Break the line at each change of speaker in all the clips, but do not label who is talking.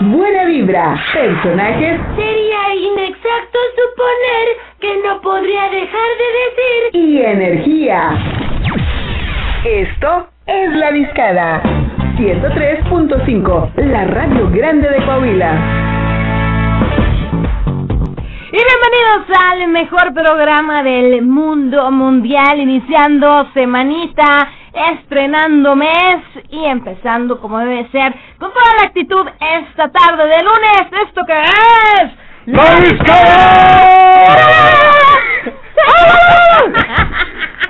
buena vibra, personajes
Sería inexacto suponer que no podría dejar de decir
y energía. Esto es La Discada. 103.5, la radio grande de Coahuila.
Y bienvenidos al mejor programa del mundo mundial, iniciando semanita, estrenando mes y empezando como debe ser, con toda la actitud esta tarde de lunes, esto que es...
¡La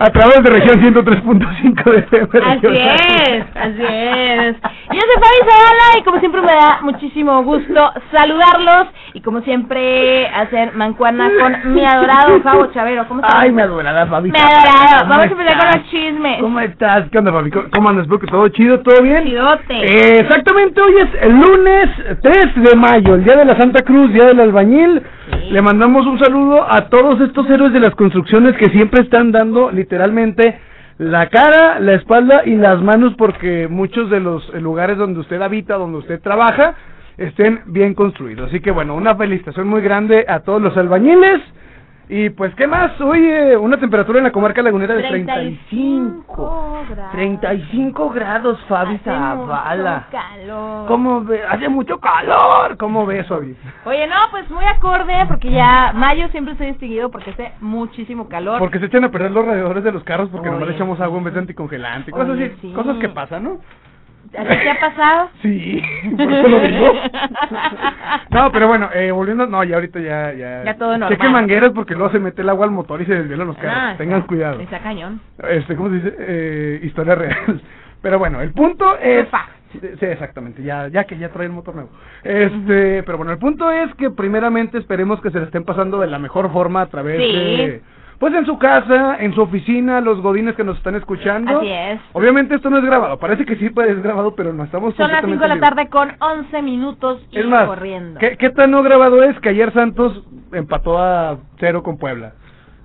A través de región 103.5 de FM.
Así
región.
es, así es. Yo soy Fabi Zavala y como siempre me da muchísimo gusto saludarlos y como siempre hacer mancuerna con mi adorado Javo Chavero. ¿Cómo estás?
Ay, mi adorada, Fabi.
Mi adorado.
¿Cómo
Vamos a empezar
estás?
con los chismes.
¿Cómo estás? ¿Qué onda, Fabi? ¿Cómo andas? Espero que todo chido, todo bien.
Chidote.
Eh, exactamente, hoy es el lunes 3 de mayo, el día de la Santa Cruz, día del albañil. Le mandamos un saludo a todos estos héroes de las construcciones que siempre están dando literalmente la cara, la espalda y las manos porque muchos de los eh, lugares donde usted habita, donde usted trabaja, estén bien construidos. Así que bueno, una felicitación muy grande a todos los albañiles. Y pues, ¿qué más? Hoy eh, una temperatura en la comarca lagunera de 35. 35 grados, Fabi
Hace
Zavala.
mucho calor.
¿Cómo ve? Hace mucho calor. ¿Cómo ves, Fabi?
Oye, no, pues muy acorde porque ya mayo siempre estoy distinguido porque hace muchísimo calor.
Porque se echan a perder los radiadores de los carros porque nomás
Oye.
le echamos agua en vez de anticongelante. Cosas
Oye,
así,
sí.
cosas que pasan, ¿no?
¿A ti te ha pasado?
Sí, por eso lo digo. No, pero bueno, eh, volviendo, no, ya ahorita ya, ya.
Ya todo normal.
Cheque mangueras porque luego se mete el agua al motor y se desvielan los carros.
Ah,
Tengan
está-
cuidado.
Está cañón.
Este, ¿cómo se dice? Eh, historia real. Pero bueno, el punto es...
Ufa.
Sí, exactamente, ya, ya que ya trae el motor nuevo. Este, pero bueno, el punto es que primeramente esperemos que se la estén pasando de la mejor forma a través
Sí.
de... Pues en su casa, en su oficina, los godines que nos están escuchando.
Así es.
Obviamente esto no es grabado, parece que sí pues, es grabado, pero no estamos...
Son las 5
completamente
de la
libres.
tarde con 11 minutos y
Es más,
corriendo.
¿qué, ¿qué tan no grabado es que ayer Santos empató a cero con Puebla?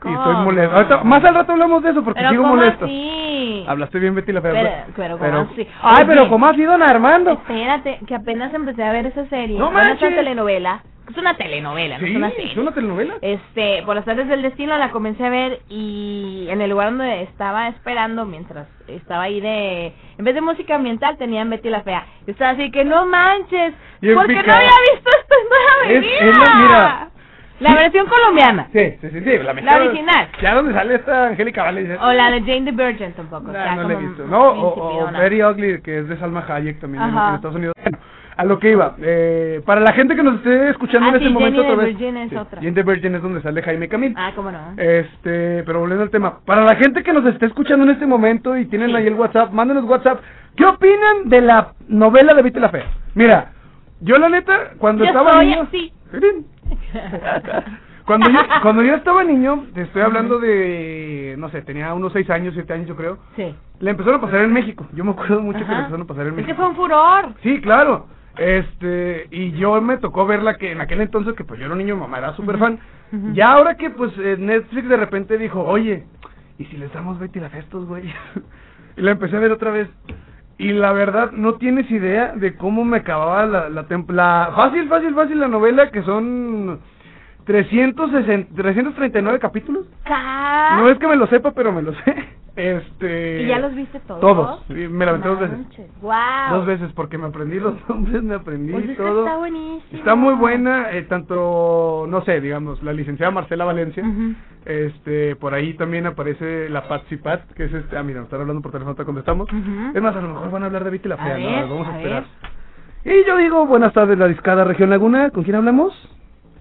Y estoy
¿Cómo?
molesto. Ahorita- más al rato hablamos de eso porque
Pero
sigo
¿cómo
molesto.
así?
Hablaste bien, Betty la fea.
Pero- pero
¿verdad?
¿cómo así?
Ay,
Oye.
pero ¿cómo has ido, don Armando?
Espérate, que apenas empecé a ver esa serie.
¡No
Bueno, esa
manches!
telenovela. Es una telenovela, no
Sí,
es una serie.
es una telenovela.
Este, por las tardes del destino la comencé a ver y en el lugar donde estaba esperando mientras estaba ahí de... En vez de música ambiental tenían Betty la Fea. Yo estaba así que no manches,
Bien
porque no
picada.
había visto esto en toda mi
Es- es la-
vida.
mira,
La
sí.
versión colombiana.
Sí, sí, sí, sí, la mejor.
original.
Ya donde sale esta Angélica Vale. dices,
O la de Jane the Virgin tampoco.
"Nah,
o sea,
no la he
como
visto. No, o, o
principiona.
Very Ugly, que es de Salma Hayek también en,
Ajá.
en Estados Unidos. Bueno, a lo que iba. Eh, para la gente que nos esté escuchando
Ah,
en
sí,
este momento
Jane the
otra vez.
Virgin es
sí,
otra.
Jane the Virgin es donde sale Jaime Camil.
Ah, cómo no.
Este, pero volviendo al tema, para la gente que nos esté escuchando en este momento y tienen
Sí.
ahí el WhatsApp, mándenos WhatsApp. ¿Qué opinan de la novela de Vete la Fe? Mira, yo la neta, cuando
Yo
estaba
soy
niño.
así.
Cuando yo, cuando yo estaba niño, te estoy hablando de, no sé, tenía unos 6 años, 7 años yo creo,
Sí.
la empezaron a pasar en México. Yo me acuerdo mucho que la
Ajá.
empezaron a pasar en
Es
México.
que fue un furor.
Sí, claro. Este, y yo me tocó verla que en aquel entonces, que pues yo era un niño, mi mamá era súper fan.
Ujú.
Ya ahora que pues eh, Netflix de repente dijo, oye, ¿y si les damos Betty la fe a estos güeyes? y la empecé a ver otra vez. Y la verdad, no tienes idea de cómo me acababa la, la, tem- la- fácil, fácil, fácil la novela, que son 360, 339 capítulos.
Ca-
No es que me lo sepa, pero me lo sé. Este...
Ah. ¿Y ya los viste todos?
Todos. Sí, me la aventé dos veces.
Wow.
Dos veces, porque me aprendí los nombres, me aprendí todo.
Pues Está buenísimo.
Está muy buena, eh, tanto, no sé, digamos, la licenciada Marcela Valencia.
Ujú.
Este, por ahí también aparece la Patsy Pat, que es este, ah, mira, nos están hablando por teléfono, te contestamos.
Ujú.
Es más, a lo mejor van a hablar de Viti la
A
Fea, ¿no?
ver,
vamos a,
a
esperar. Y yo digo, buenas tardes, la discada Región Laguna, ¿con quién hablamos?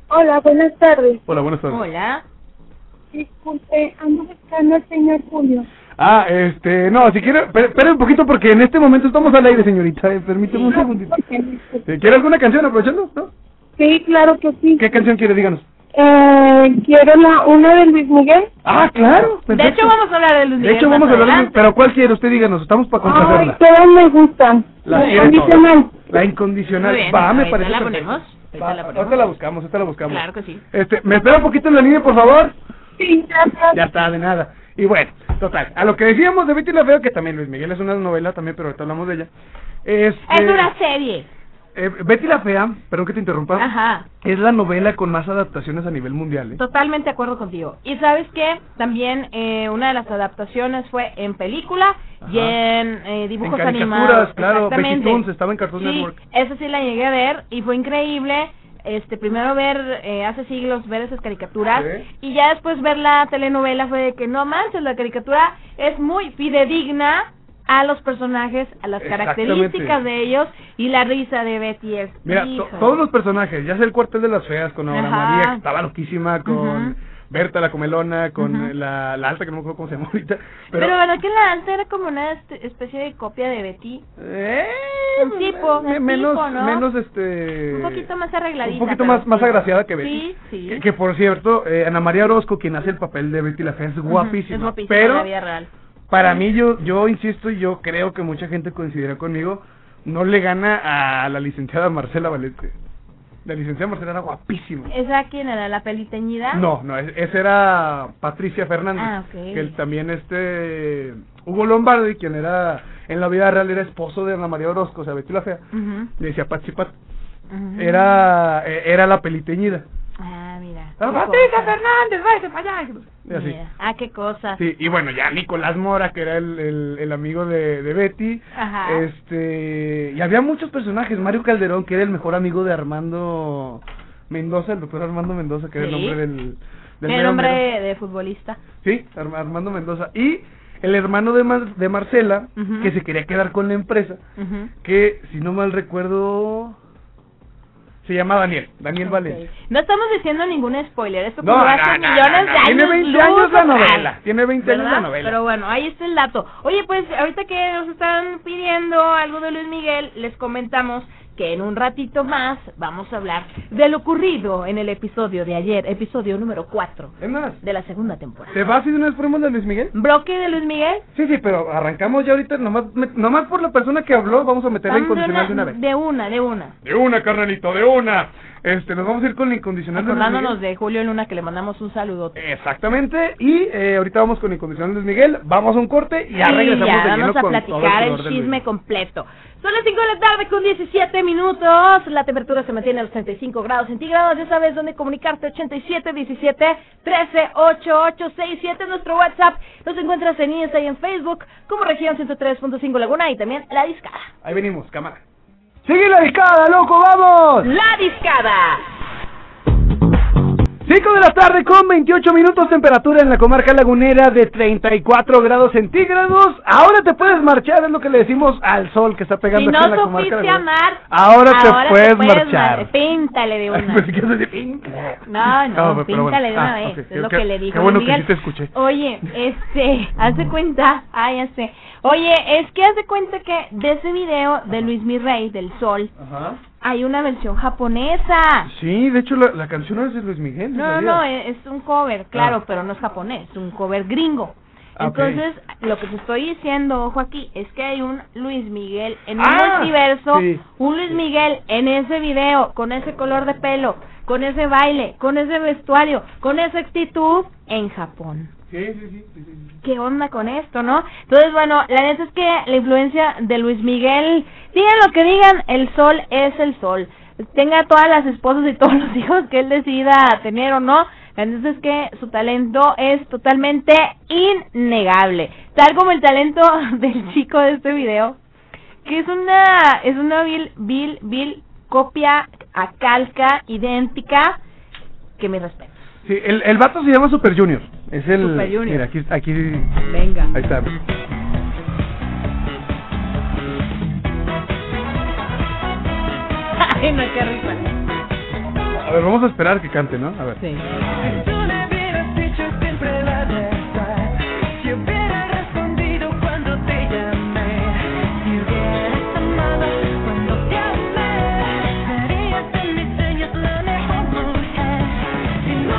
Hola, buenas tardes.
Hola, buenas tardes.
Hola.
Disculpe, ando buscando al señor Julio.
Ah, este, no, si quiere, espera espera un poquito porque en este momento estamos al aire, señorita, eh, permíteme un segundito.
Porque me-
Eh, ¿Quiere alguna canción aprovechando? ¿No?
Sí, claro que sí.
¿Qué canción quiere? Díganos.
Eh, quiero la una de Luis Miguel.
Ah, claro.
De hecho, vamos a hablar de Luis
De
Miguel
hecho, vamos
más
a hablar de-
adelante.
Pero ¿cuál quiere? Usted díganos, estamos para
Ay,
complacerla.
todas me gustan.
La quiere
Incondicional.
La
Muy
incondicional.
bien,
Va, me
ahorita
parece.
la
perfecto.
ponemos.
Va,
Ahorita la ponemos.
Ahorita la buscamos, ahorita la buscamos.
Claro que sí.
Este, ¿Me espera un poquito en la línea, por favor?
Sí, gracias.
Ya está, de nada. Y bueno, total. A lo que decíamos de Betty la Fea, que también Luis Miguel es una novela también, pero ahorita hablamos de ella. Es,
Es una serie.
Betty la Fea, perdón que te interrumpa,
Ajá.
es la novela con más adaptaciones a nivel mundial. ¿eh?
Totalmente de acuerdo contigo. Y sabes que también eh, una de las adaptaciones fue en película y
Ajá.
en eh, dibujos
En caricaturas,
animados.
claro,
Exactamente.
Betty Toons, estaba en Cartoon
sí,
Network.
Esa sí la llegué a ver y fue increíble. Este, primero ver, eh, hace siglos, ver esas caricaturas
Sí.
y ya después ver la telenovela fue de que no manches, la caricatura es muy fidedigna a los personajes, a las
Exactamente.
características de ellos y la risa de Betty es.
Mira, to-
híjole.
todos los personajes, ya sea el cuartel de las feas con Aura
Ajá.
María, que estaba loquísima, con
Ujú.
Berta la comelona, con
Ujú.
la, la alta, que no me acuerdo cómo se llama ahorita.
Pero,
Pero,
¿verdad que la alta era como una este- especie de copia de Betty?
Eh,
Un tipo,
me-
un
menos,
tipo, ¿no?
menos este.
Un poquito más arregladita.
Un poquito
pero
más, más
sí.
agraciada que Betty.
Sí, sí.
Que, que, por cierto, eh, Ana María Orozco, quien hace el papel de Betty la Fea, es
Ujú,
guapísima.
Es guapísima en
pero
la vida real.
para mí, yo, yo insisto, y yo creo que mucha gente coincidirá conmigo, no le gana a la licenciada Marcela Valente. La licenciada Marcela era guapísima.
¿Esa quién era? ¿La peliteñida?
No, no, es- esa era Patricia Fernández.
Ah, ok.
Que él también este Hugo Lombardi, quien era en la vida real era esposo de Ana María Orozco, o sea, Betty la fea.
Ujú,
Le decía Pachi Pat.
ujú.
Era eh, era la peliteñida.
Ah, mira.
¡Ah,
qué
Patricia
cosa.
Fernández, váyase para allá! Y así.
Mira, Ah, qué cosa.
Sí, y bueno, ya Nicolás Mora, que era el, el, el amigo de, de Betty.
Ajá.
Este, y había muchos personajes. Mario Calderón, que era el mejor amigo de Armando Mendoza, el doctor Armando Mendoza, que era
Sí.
el nombre del. del
el
mero
nombre
mero.
de futbolista.
Sí, Ar- Armando Mendoza. Y el hermano de, Mar- de Marcela,
Ujú.
que se quería quedar con la empresa,
Ujú.
que si no mal recuerdo, se llama Daniel, Daniel
Ok.
Valencia.
No estamos diciendo ningún spoiler. Esto
No,
como va
no,
a ser
no,
millones
no, no.
de años.
Tiene 20 años
luz
la
atrás.
novela. Tiene 20 años la
¿Verdad?
novela.
Pero bueno, ahí está el dato. Oye, pues ahorita que nos están pidiendo algo de Luis Miguel, les comentamos que en un ratito más vamos a hablar de lo ocurrido en el episodio de ayer, episodio número 4
Es más,
de la segunda temporada.
¿te vas y de una vez ponemos de Luis Miguel?
¿Bloque de Luis Miguel?
Sí, sí, pero arrancamos ya ahorita, nomás, me- nomás por la persona que habló, vamos a meterla
Vamos
incondicional de una vez.
De una, de una.
De una, carnalito, de una. Este, nos vamos a ir con la incondicional de Luis
Acordándonos
Miguel.
de Julio Luna que le mandamos un saludote.
Exactamente, y eh, ahorita vamos con la incondicional de Luis Miguel, vamos a un corte y ya
Sí,
regresamos
ya
de lleno
vamos a
con todo
platicar el,
furor de Luis
chisme
Miguel.
completo. Son las 5 de la tarde con 17 minutos. La temperatura se mantiene a los 35 grados centígrados. Ya sabes dónde comunicarte. 87 17 13 88 67. Nuestro WhatsApp. Nos encuentras en Insta y en Facebook como Región 103.5 Laguna y también La Discada.
Ahí venimos, cámara. ¡Sigue la discada, loco, vamos!
La Discada.
5 de la tarde con 28 minutos, temperatura en la comarca lagunera de 34 grados centígrados. Ahora te puedes marchar, es lo que le decimos al sol que está pegando
Si
aquí en la
no
comarca
supiste
lagunera.
amar,
ahora, te
ahora
puedes,
mar-
marchar.
Píntale de
Ay, pues,
una.
pensé que ibas a decir, "Pinta".
No, no,
Ah, pero- pero bueno.
píntale de una
Ah,
vez,
ok,
es lo
qué-
que le dijo.
Qué bueno
Luis
que sí
Miguel.
te escuché.
Oye, este, haz de cuenta, ah, ya sé. Oye, es que haz de cuenta que de ese video de Luis Mirrey, del Sol,
Ajá.
hay una versión japonesa.
Sí, de hecho la, la canción no es de Luis Miguel.
No, no,
¿sabías?
no, eh, es es un cover, claro,
Ah.
pero no es japonés, es un cover gringo.
Ah, ok.
Entonces, lo que te estoy diciendo, ojo aquí, es que hay un Luis Miguel en un
Ah,
multiverso,
sí.
un Luis Miguel en ese video, con ese color de pelo, con ese baile, con ese vestuario, con esa actitud en Japón.
Sí, sí, sí, sí, sí, sí.
¿Qué onda con esto, no? Entonces, bueno, la neta es que la influencia de Luis Miguel, digan lo que digan, el sol es el sol. Tenga todas las esposas y todos los hijos que él decida tener o no. La neta es que su talento es totalmente innegable. Tal como el talento del chico de este video, que es una, es una vil, vil, vil copia a calca idéntica que me respeto.
Sí, el, el vato se llama Super Junior. Es el.
Super Junior.
Mira, aquí, aquí,
Venga.
ahí está.
Ay, no, qué risa.
A ver, vamos a esperar que cante, ¿no? A ver.
Sí.
Si hubiera respondido cuando te llamé, si hubieras amado cuando te amé, serías en mis sueños la mejor mujer. Si no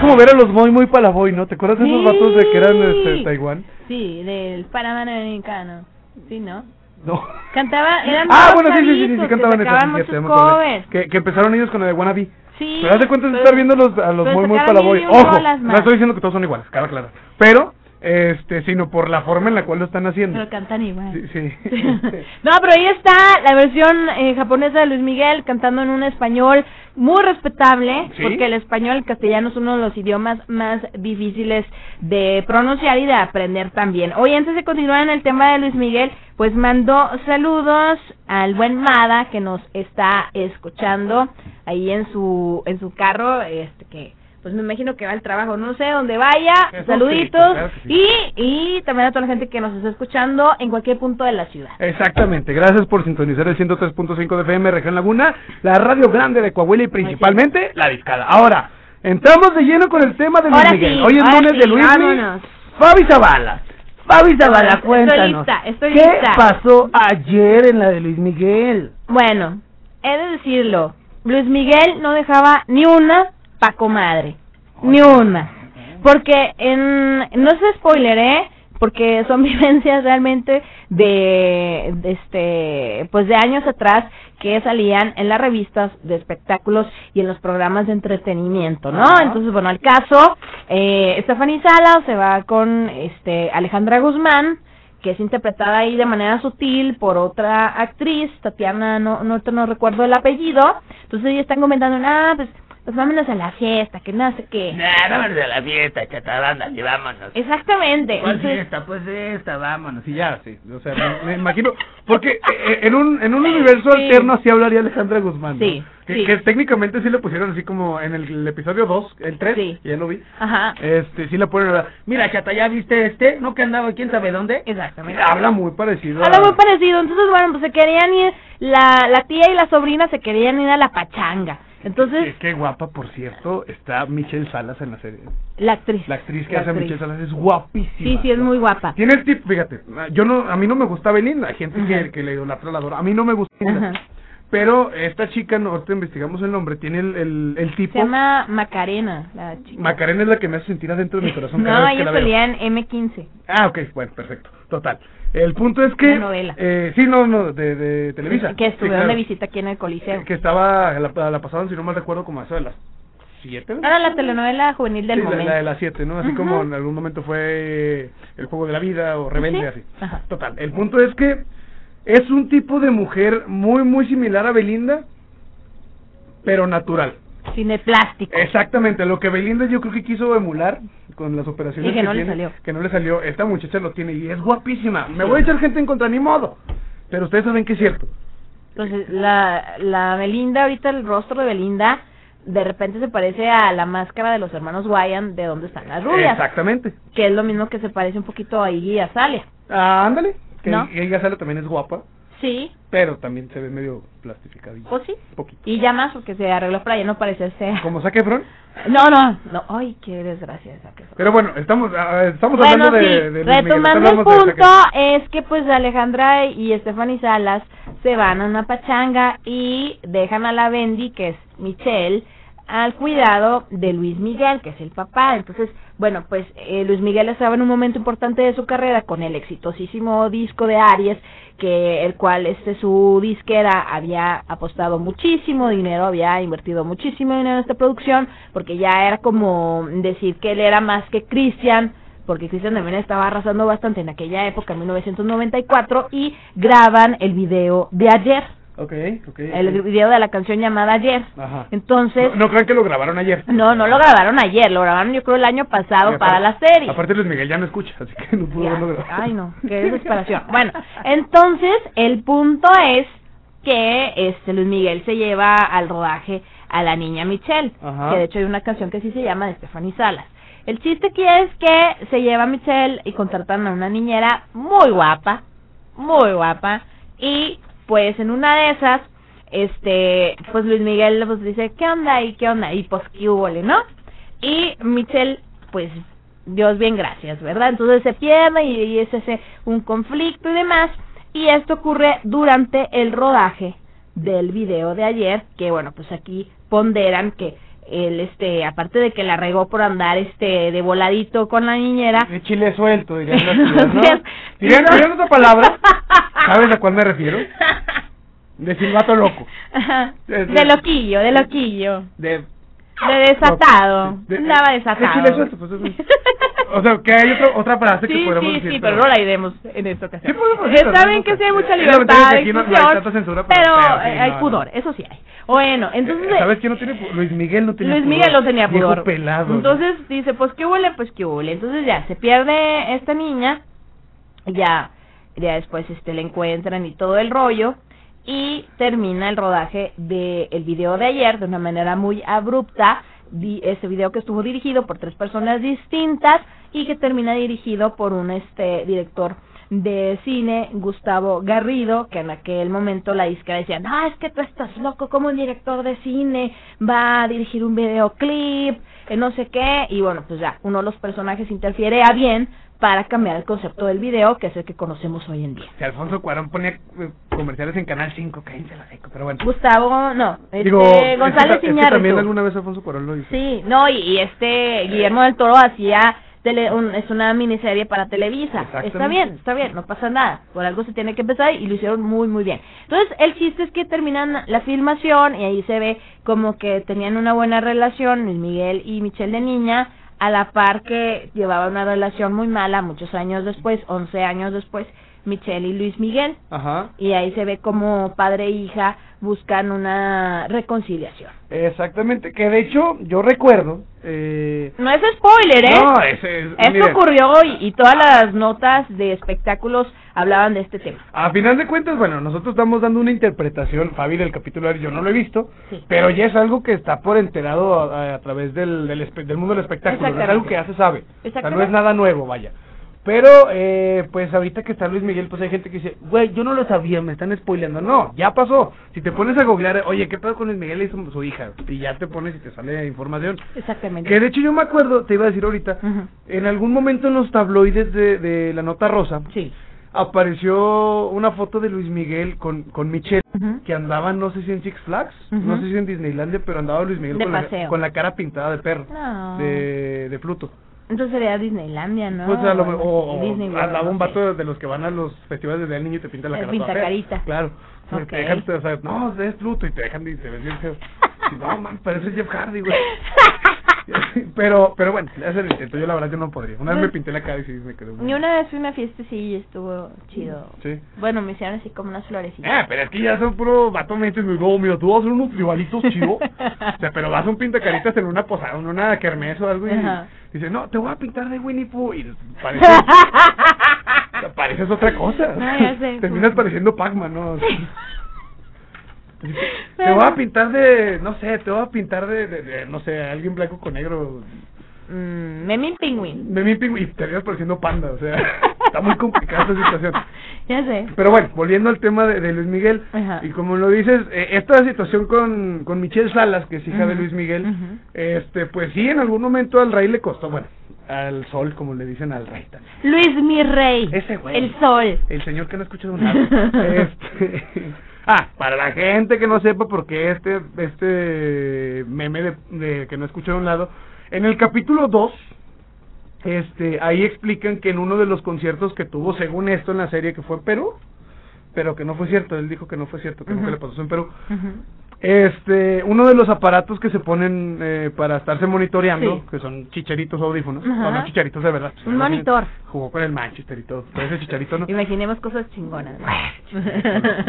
como ver a los muy muy palaboy, ¿no? ¿Te acuerdas de esos
Sí.
vatos de que eran este, Taiwán?
Sí, del Panamericano. Sí, ¿no?
No.
Cantaba, eran
ah,
dos
bueno, sí, sí, sí, sí,
chavitos que
cantaban eso.
sacaban
sí, ya te- ya
muchos
me acordé.
covers.
Que, que empezaron ellos con la de Wannabe.
Sí.
Pero haz de cuenta es
pero-
estar viendo los, a los
pero
muy
sacaban
muy
mil
palaboy.
y un
Ojo,
rolas
no
más.
estoy diciendo que todos son iguales, claro, claro. Pero, este, sino por la forma en la cual lo están haciendo.
Pero cantan igual.
Sí, sí.
no, pero ahí está la versión eh, japonesa de Luis Miguel cantando en un español muy respetable,
Sí.
porque el español, el castellano es uno de los idiomas más difíciles de pronunciar y de aprender también. Hoy antes de continuar en el tema de Luis Miguel, pues mando saludos al buen Mada que nos está escuchando ahí en su en su carro, este que pues me imagino que va al trabajo, no sé dónde vaya.
Eso
Saluditos
sí, claro que sí.
y y también a toda la gente que nos está escuchando en cualquier punto de la ciudad.
Exactamente, gracias por sintonizar el 103.5 de FM Región Laguna, la radio grande de Coahuila y principalmente la discada. Ahora, entramos de lleno con el tema de Luis
Ahora
Miguel.
sí,
Hoy es
ahora
lunes
sí,
de Luis Miguel.
vámonos.
Fabi Zavala. Fabi Zavala,
Estoy
cuéntanos.
lista, estoy
¿Qué
lista.
pasó ayer en la de Luis Miguel?
Bueno, he de decirlo, Luis Miguel no dejaba ni una pa' comadre, ni una. Porque en, no se spoileré, porque son vivencias realmente de, de este, pues de años atrás que salían en las revistas de espectáculos y en los programas de entretenimiento, ¿no?
Ajá.
Entonces, bueno, al caso, eh, Stephanie Sala se va con este Alejandra Guzmán, que es interpretada ahí de manera sutil por otra actriz, Tatiana, no, no, no recuerdo el apellido. Entonces ellos están comentando, ah, pues, pues vámonos a la fiesta, que no sé qué.
Nah, vámonos a la fiesta, chatabanda, sí, vámonos.
Exactamente.
¿Cuál
Este, Entonces,
fiesta? Pues esta, vámonos.
Sí, ya, sí. O sea, me, me imagino. Porque eh, en un, en un universo
Sí.
alterno así hablaría Alejandra Guzmán. ¿no?
Sí,
Que,
sí.
que técnicamente sí le pusieron así como en el, el episodio 2, el 3,
Sí.
ya lo vi.
Ajá.
Este, sí la ponen a hablar.
Mira, chata, ¿ya viste este? ¿No que andaba quién sabe dónde?
Exactamente.
Habla muy parecido. a-
Habla muy parecido. Entonces, bueno, pues se querían ir, la, la tía y la sobrina se querían ir a la pachanga. Entonces,
Qué, qué guapa, por cierto, está Michelle Salas en la serie.
la actriz.
La actriz que
La
hace a
actriz.
Michelle Salas es guapísima.
Sí, sí, es muy guapa.
Tiene el tip, fíjate, yo no, a mí no me gusta Belinda, hay gente que, que le idolatra la adora, a mí no me gusta Belinda.
Ajá.
Pero esta chica, no, ahorita investigamos el nombre, tiene el, el, el tipo,
Se llama Macarena, la chica.
Macarena es la que me hace sentir adentro de mi corazón cada
No,
vez que
ellos
la veo.
solían M15.
Ah, ok, bueno, perfecto, total. El punto es que...
Una novela.
Eh, sí, no, no, de, de Televisa.
Que
Sí,
estuvieron
claro.
de visita aquí en el Coliseo.
Que estaba, la, la pasaban, si no mal recuerdo, como a eso de las 7.
Era la telenovela juvenil Ah, del
Sí, la-
momento.
La, de las 7, ¿no? Así
Ujú.
como en algún momento fue eh, El Juego de la Vida o Rebelde,
Sí.
así.
Ajá.
Total, el punto es que es un tipo de mujer muy, muy similar a Belinda, pero natural.
Cine plástico.
Exactamente, lo que Belinda yo creo que quiso emular con las operaciones
Y que no le
tiene,
salió.
que no le salió. Esta muchacha lo tiene y es guapísima. Me voy a echar gente en contra, ni modo. Pero ustedes saben que es cierto.
Entonces, la, la Belinda, ahorita el rostro de Belinda, de repente se parece a la máscara de los hermanos Wyan de donde están las rubias.
Exactamente.
Que es lo mismo que se parece un poquito ahí a Sale.
Ah, ándale. Que
¿No?
ella sale también es guapa,
Sí,
pero también se ve medio plastificadilla.
pues sí.
Un poquito.
Y ya más porque se arregló para ya no parecerse. a-
Como saque Efron.
No, no, no. Ay, qué desgracia esa que fue.
Pero bueno, estamos, ah, estamos
Bueno,
hablando de,
sí,
de Luis Miguel,
retomando el
hablamos de
punto,
Shakira.
es que pues Alejandra y Stephanie Salas se van a una pachanga y dejan a la Bendy, que es Michelle, al cuidado de Luis Miguel, que es el papá. Entonces, bueno, pues eh, Luis Miguel estaba en un momento importante de su carrera con el exitosísimo disco de Aries, que el cual este su disquera había apostado muchísimo dinero, había invertido muchísimo dinero en esta producción, porque ya era como decir que él era más que Cristian, porque Cristian también estaba arrasando bastante en aquella época, en 1994, y graban el video de ayer,
Ok, ok.
el
ok.
video de la canción llamada ayer.
Ajá.
Entonces,
no, no crean que lo grabaron ayer.
no, no lo grabaron ayer, lo grabaron yo creo el año pasado
Y aparte-
para la serie.
Aparte Luis Miguel ya no escucha, así que no pudo
Ya.
verlo grabado.
Ay, no, qué desesperación. bueno, entonces el punto es que este Luis Miguel se lleva al rodaje a la niña Michelle,
Ajá.
que de hecho hay una canción que sí se llama de Stephanie Salas. El chiste aquí es que se lleva a Michelle y contratan a una niñera muy guapa, muy guapa, y pues en una de esas, este, pues Luis Miguel pues dice, ¿qué onda y qué onda? Y pues, ¿qué hubo, no? Y Michelle, pues, Dios bien gracias, ¿verdad? Entonces se pierde y, y es ese un conflicto y demás. Y esto ocurre durante el rodaje del video de ayer, que bueno, pues aquí ponderan que él este aparte de que la regó por andar este de voladito con la niñera
De chile suelto, dirían las tías, ¿no?
Entonces,
Dirían,
no.
dirían otra palabra, ¿sabes a cuál me refiero? De silbato loco.
Ajá.
Es-
de loquillo de loquillo
De,
de desatado
pues, de-
andaba
de
desatado
chile suelto, pues, es- o sea, que hay otra otra frase que
sí
podemos
sí
decir.
sí pero no la iremos en esta ocasión
Sí, podemos
Eh,
decirla,
saben
¿no? pues,
que sí hay mucha
Es la ventaja
libertad
que
de
aquí no- no hay
expresión,
tanta censura, pero-
pero
pero sí,
eh, hay
no, no.
pudor eso sí hay bueno entonces
Eh, ¿Sabes quién no tiene? pu- Luis Miguel no tiene
Luis Miguel
pudor.
no tenía
Viejo
pudor.
pelado. ¿no?
Entonces dice, pues qué huele, pues qué huele. Entonces ya se pierde esta niña, ya, ya después este le encuentran y todo el rollo y termina el rodaje del video de ayer de una manera muy abrupta. Di, ese video que estuvo dirigido por tres personas distintas y que termina dirigido por un este director de cine, Gustavo Garrido, que en aquel momento la disca decía, no, es que tú estás loco, como un director de cine va a dirigir un videoclip, eh, no sé qué, y bueno, pues ya, uno de los personajes interfiere a bien para cambiar el concepto del video, que es el que conocemos hoy en día.
Si Alfonso Cuarón ponía eh, comerciales en Canal 5, cállense la seco, pero bueno.
Gustavo, no, este,
Digo, es que ta-
González
es que
Iñárritu.
también alguna vez Alfonso Cuarón lo hizo.
Sí, no, y, y este Guillermo del Toro hacía tele- un- es una miniserie para Televisa. Está
Exactamente.
bien, está bien, no pasa nada. Por algo se tiene que empezar y lo hicieron muy, muy bien. Entonces, el chiste es que terminan la filmación y ahí se ve como que tenían una buena relación Luis Miguel y Michelle de niña, a la par que llevaban una relación muy mala muchos años después, 11 años después, Michelle y Luis Miguel.
Ajá.
Y ahí se ve como padre e hija buscan una reconciliación.
Exactamente, que de hecho yo recuerdo. Eh,
No es spoiler, ¿eh?
No, ese es-
Esto
miren,
ocurrió y, y todas las notas de espectáculos hablaban de este tema.
A final de cuentas, bueno, nosotros estamos dando una interpretación, Fabi, del capítulo, yo no lo he visto,
Sí.
pero ya es algo que está por enterado a, a- a través del, del, espe- del mundo del espectáculo, no es
Exactamente.
algo que ya se sabe, o sea, no
Exactamente.
es nada nuevo, vaya. Pero, eh, pues ahorita que está Luis Miguel, pues hay gente que dice, güey, yo no lo sabía, me están spoileando. No, ya pasó. Si te pones a googlear, oye, ¿qué pedo con Luis Miguel y su, su hija? Y ya te pones y te sale información.
Exactamente.
Que de hecho yo me acuerdo, te iba a decir ahorita,
Ujú.
en algún momento en los tabloides de, de la nota rosa
Sí.
apareció una foto de Luis Miguel con, con Michelle
Ujú.
que andaba no sé si en Six Flags,
Ujú.
no sé si en Disneylandia, pero andaba Luis Miguel
De
con la,
paseo.
con la cara pintada de perro,
No.
de, de Pluto.
Entonces sería Disneylandia, ¿no?
Pues, a lo-
Bueno,
o, o
Disney World,
andaba
no
un
sé.
vato de, de los que van a los festivales desde el niño y te pinta la
Te
cara.
pinta
toda fea.
carita.
Claro. O sea,
Ok.
Te dejan, o sea, no, es Pluto y te dejan y te ves bien feo. No, man, parece Jeff Hardy, güey. pero, pero bueno, es el intento. Yo la verdad yo no podría. Una vez me pinté la cara y sí me quedó. muy-
Y Pues, una vez fui a una fiesta, sí, estuvo chido.
Sí.
Bueno, me hicieron así como unas florecitas.
Ah, pero es que ya son puro vato mente y digo, mira, tú vas a hacer unos tribalitos chido. o sea, pero vas a un pintacaritas en una posada, en una kermés o algo y
Ajá.
dice, no, te voy a pintar de Winnie Pooh. Y parece, pareces otra cosa.
No, Ah, ya sé.
Terminas pareciendo Pac-Man, ¿no?
Sí.
Te voy a pintar de, no sé, te voy a pintar de, de- de, no sé, alguien blanco con negro.
Mm, Memín Pingüín.
Me mi pingü- y terminas pareciendo panda, o sea, está muy complicada esta situación.
Ya sé.
Pero bueno, volviendo al tema de, de Luis Miguel,
Ajá.
y como lo dices, eh, esta situación con, con Michelle Salas, que es hija de
Ujú,
Luis Miguel,
ujú.
este pues sí, en algún momento al rey le costó, bueno, al sol, como le dicen al rey también.
Luis mi rey.
Ese güey.
El sol.
El señor que no ha escuchado nada. Este, ah, para la gente que no sepa por qué este, este meme de, de que no escuchó de un lado, en el capítulo 2, este, ahí explican que en uno de los conciertos que tuvo, según esto, en la serie que fue en Perú, pero que no fue cierto, él dijo que no fue cierto, que nunca
Ujú.
le pasó eso en Perú,
Ujú.
este, uno de los aparatos que se ponen eh, para estarse monitoreando,
Sí.
que son chicharitos audífonos,
Ajá.
o no chicharitos de verdad.
Un monitor.
Jugó con el Manchester y todo, pero ese chicharito no.
Imaginemos cosas chingonas.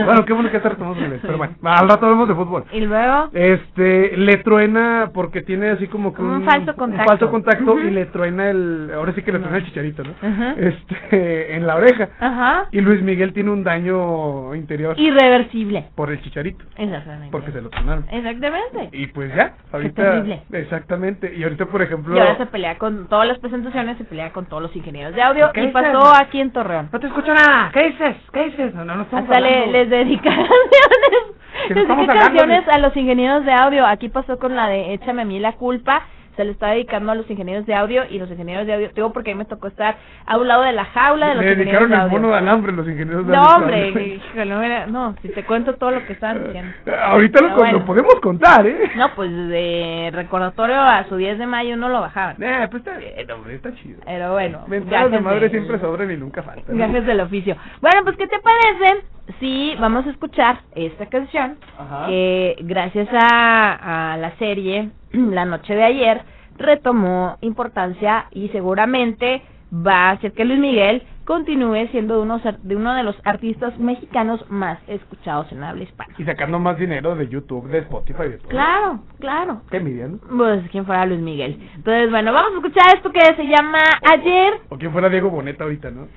bueno, qué bueno que ya te retomamos el pero bueno, al rato vemos de fútbol.
Y luego,
Este, le truena porque tiene así como que
Como un falso contacto.
falso contacto
Ujú.
y le truena el, ahora sí que le truena el chicharito, ¿no?
Ajá.
Este, en la oreja.
ajá,
Y Luis Miguel tiene un daño interior
irreversible.
por el chicharito,
Exactamente.
porque se lo tronaron.
Exactamente.
Y pues ya, ahorita.
terrible.
Exactamente. Y ahorita, por ejemplo.
Y ahora se pelea con todas las presentaciones, se pelea con todos los ingenieros de audio
¿Qué
y
dices?
pasó aquí en Torreón.
No te escucho nada. ¿Qué dices? ¿Qué dices? No, no, no estamos
Hasta le,
hablando.
les dedica canciones,
Que
les
estamos
dedica
hablando de-
canciones a los ingenieros de audio. Aquí pasó con la de Échame a mí la culpa. se le está dedicando a los ingenieros de audio y los ingenieros de audio, digo porque a mí me tocó estar a un lado de la jaula de los
Le
ingenieros
dedicaron
de
el
audio.
mono de alambre los ingenieros de
no,
audio.
hombre, híjole, no, era- no, si te cuento todo lo que estaban diciendo.
Ahorita lo,
Pero
con-
bueno.
lo podemos contar, ¿eh?
No, pues de recordatorio a su 10 de mayo no lo bajaban.
Eh, pues está bien, hombre, está chido.
Pero eh, bueno,
Mentadas de
gajes
madre
del-
siempre sobran y nunca faltan. ¿no?
gajes del oficio. Bueno, pues ¿qué te parece si vamos a escuchar esta canción
Ajá.
que gracias a, a la serie La noche de ayer retomó importancia y seguramente va a hacer que Luis Miguel continúe siendo uno de uno de los artistas mexicanos más escuchados en habla hispana.
Y sacando más dinero de YouTube, de Spotify y de todo.
Claro, claro.
¿Qué envidia, ¿no?
Pues quien fuera Luis Miguel. Entonces, bueno, vamos a escuchar esto que se llama Ayer.
O quien fuera Diego Boneta ahorita, ¿no?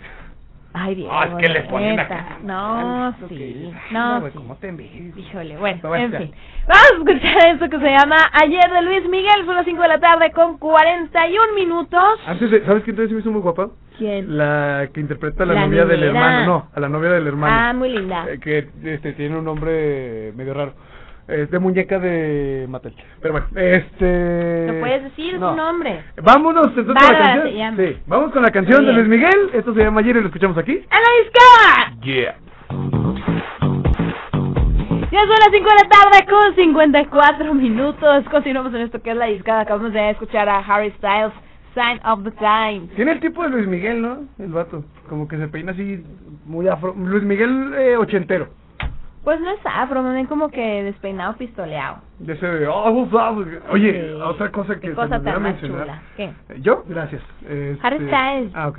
Ay, Dios.
Ah, es que le ponen
neta.
acá.
No, sí. No,
güey,
sí.
¿cómo te envidio?
Híjole, bueno,
Pero bueno,
en
ya.
fin. Vamos a escuchar esto que se llama Ayer de Luis Miguel. Son las 5 de la tarde con 41 minutos.
Antes de, ¿sabes quién te se me hizo muy guapa?
¿Quién?
La que interpreta a la,
La
novia del
nena.
hermano, no, a la novia del hermano.
Ah, muy linda.
Eh, que este tiene un nombre medio raro. Es de muñeca de Mattel. Pero bueno, este.
No puedes decir
no.
su nombre.
Vámonos entonces con la
Bárbara
canción.
se llama.
Sí, vamos con la canción de
Muy
Luis
bien.
Miguel. Esto se llama ayer y lo escuchamos aquí.
¡A la discada!
Yeah.
Ya son las 5 de la tarde con 54 minutos. Continuamos en esto que es la discada. Acabamos de escuchar a Harry Styles, Sign of the Times.
Tiene el tipo de Luis Miguel, ¿no? El vato. Como que se peina así, muy afro. Luis Miguel eh, ochentero.
Pues no es afro, me ven como que despeinado, pistoleado.
De ese de, "Ah, uf, ah", Oye,
Sí.
otra cosa que
Qué
se me
cosa
olvidó
tan más
mencionar. Eh,
chula. ¿Qué?
¿Yo? Gracias. Este-
Harry Styles.
Ah, ok.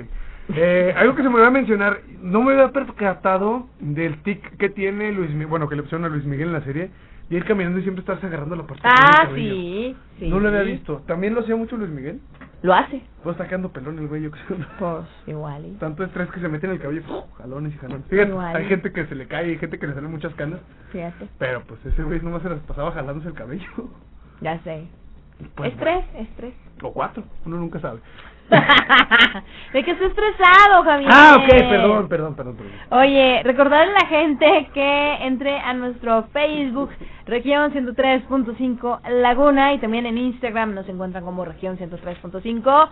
Eh, algo que se me iba a mencionar, no me había percatado del tic que tiene Luis Miguel, bueno, que le pusieron a Luis Miguel en la serie, y él caminando y siempre estarse agarrando la parte
Ah,
del cabello.
sí, sí.
No lo había visto. También lo hacía mucho Luis Miguel.
Lo hace.
Pues sacando pelón el güey, yo creo.
Pues igual. y-
Tanto estrés que se mete en el cabello, ¡puf! jalones y jalones. Fíjate,
Igual.
hay gente que se le cae, hay gente que le salen muchas canas,
Fíjate,
pero pues ese güey nomás se las pasaba jalándose el cabello.
ya sé.
Pues,
estrés, estrés.
O cuatro, uno nunca sabe.
De que está estresado, Javier.
Ah, ok, perdón, perdón, perdón, perdón.
Oye, recordarle a la gente que entre a nuestro Facebook, Región 103.5 Laguna, y también en Instagram nos encuentran como Región 103.5,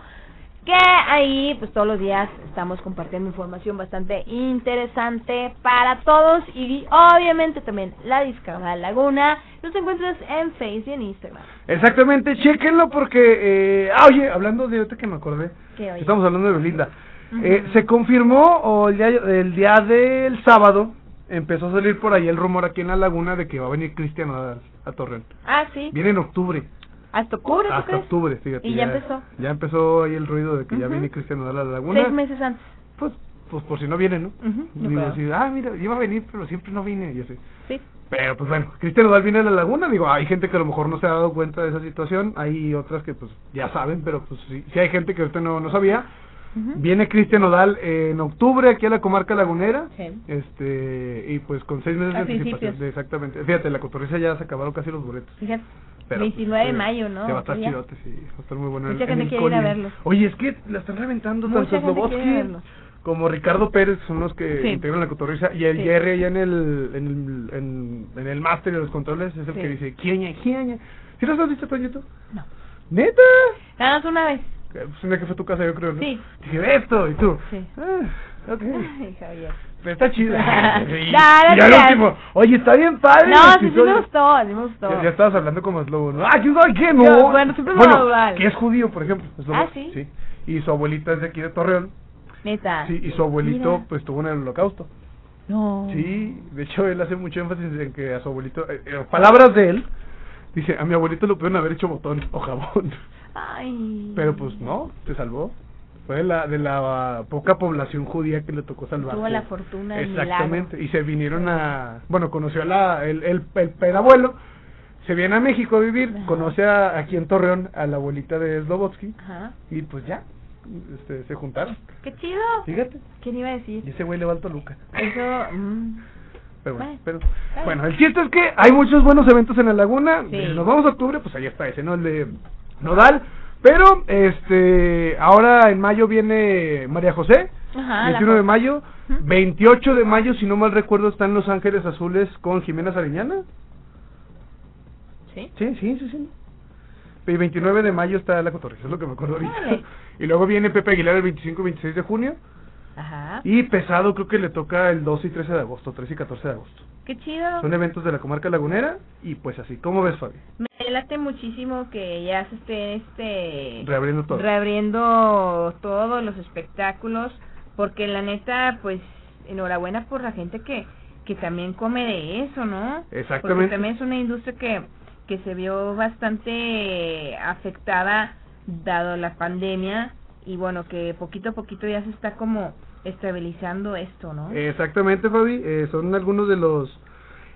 que ahí pues todos los días estamos compartiendo información bastante interesante para todos y obviamente también la Discada Laguna. Nos encuentras en Facebook y en Instagram.
Exactamente, chequenlo porque, eh, ah, oye, hablando de ahorita que me acordé,
¿Qué, oye?
estamos hablando de Belinda, eh, se confirmó, o el día, el día del sábado, empezó a salir por ahí el rumor aquí en la laguna de que va a venir Cristian Nodal a Torreón.
Ah, sí.
Viene en octubre,
Hasta octubre, ¿tú
hasta
crees?
octubre, fíjate.
Y ya empezó.
Ya empezó ahí el ruido de que ya
Ujú.
viene Cristian Nodal a la laguna.
Seis meses antes.
Pues, pues por si no viene, ¿no?
Ujú, yo
digo,
creo.
así, ah, mira, iba a venir, pero siempre no vine, y así.
Sí.
Pero pues bueno, Cristian Nodal viene a la laguna, digo, hay gente que a lo mejor no se ha dado cuenta de esa situación, hay otras que pues ya saben, pero pues sí, sí hay gente que ahorita no, no sabía.
Ujú.
Viene Cristian Nodal eh, en octubre aquí a la comarca lagunera,
Sí.
este, y pues con seis meses
A
de anticipación,
principios.
de- exactamente. Fíjate, la cotorriza ya se acabaron casi los boletos.
Fíjate.
Pero,
29 de
sí,
mayo, ¿no?
sí, va a estar
Aquella.
chidote, sí, va a estar muy bueno. en-
Mucha
en
gente
el
quiere ir a
Colin.
verlo.
Oye, es que la están reventando
Pues Mucha
tanto
gente quiere
Slobodsky
verlo.
como Ricardo Pérez, que son los que
Sí.
integran la cotorriza, y el
Sí.
Jerry allá en el, en, el- en, en el máster y los controles es el
Sí.
que dice, ¿quién quién ¿Sí los has visto, Toñito?
No.
¿Neta?
Nada más una vez.
Eh, Pues una que fue tu casa, yo creo, ¿no?
Sí.
Dije, ve esto, y tú.
Sí.
Ah, ok.
Ay, Javier.
Pero está chido.
No, no
y y al
creas.
último, oye, está bien padre.
No,
el
sí, sí
episodio".
me gustó, sí me gustó.
Ya, ya estabas hablando como eslobo, ¿no? ¡Ah, quién sabe qué! ¡No!
Yo, bueno, siempre me
bueno,
va a hablar.
que es judío, por ejemplo. eslobo,
Ah, ¿sí?
Y su abuelita es de aquí de Torreón.
Neta.
Sí, y su abuelito,
Ah, Mira.
pues, tuvo en el holocausto.
No.
Sí, de hecho, él hace mucho énfasis en que a su abuelito... eh, eh, palabras de él. Dice, a mi abuelito lo pudieron haber hecho botón o jabón.
Ay.
Pero, pues, no, se salvó. Fue de la, de la poca población judía que le tocó salvar.
Tuvo la fortuna del
Exactamente, y se vinieron a, bueno, conoció a la, el, el, el pedabuelo, se viene a México a vivir,
Ajá.
conoce a, aquí en Torreón a la abuelita de Slobotsky,
milagro. Ajá.
y pues ya, este, se juntaron,
Qué chido.
fíjate,
¿Quién iba a
y
decir?
ese güey le va al Toluca.
Eso. mm,
Pero bueno,
Bueno,
pero,
bien.
bueno, el chiste es que hay muchos buenos eventos en la laguna,
Sí.
eh, nos vamos a octubre, pues ahí está ese, ¿no? El de Nodal, pero, este, ahora en mayo viene María José,
Ajá. Ah, la
21 de
jo-
mayo,
Ujú.
28 de mayo, si no mal recuerdo, están Los Ángeles Azules con Jimena Sariñana.
Sí.
Sí, sí, sí, sí. Y 29 de mayo está la cotorriza, es lo que me acuerdo ahorita.
Órale.
Y luego viene Pepe Aguilar el 25 y 26 de junio.
Ajá.
Y pesado creo que le toca el 12 y 13 de agosto, 13 y 14 de agosto.
Qué chido.
Son eventos de la comarca lagunera y pues así. ¿Cómo ves, Fabi?
Me late muchísimo que ya se esté este
Reabriendo todo.
reabriendo todos los espectáculos porque la neta pues enhorabuena por la gente que que también come de eso no porque
Exactamente.
también es una industria que que se vio bastante afectada dado la pandemia y bueno que poquito a poquito ya se está como estabilizando esto no
Eh, Exactamente, Fabi. Eh, son algunos de los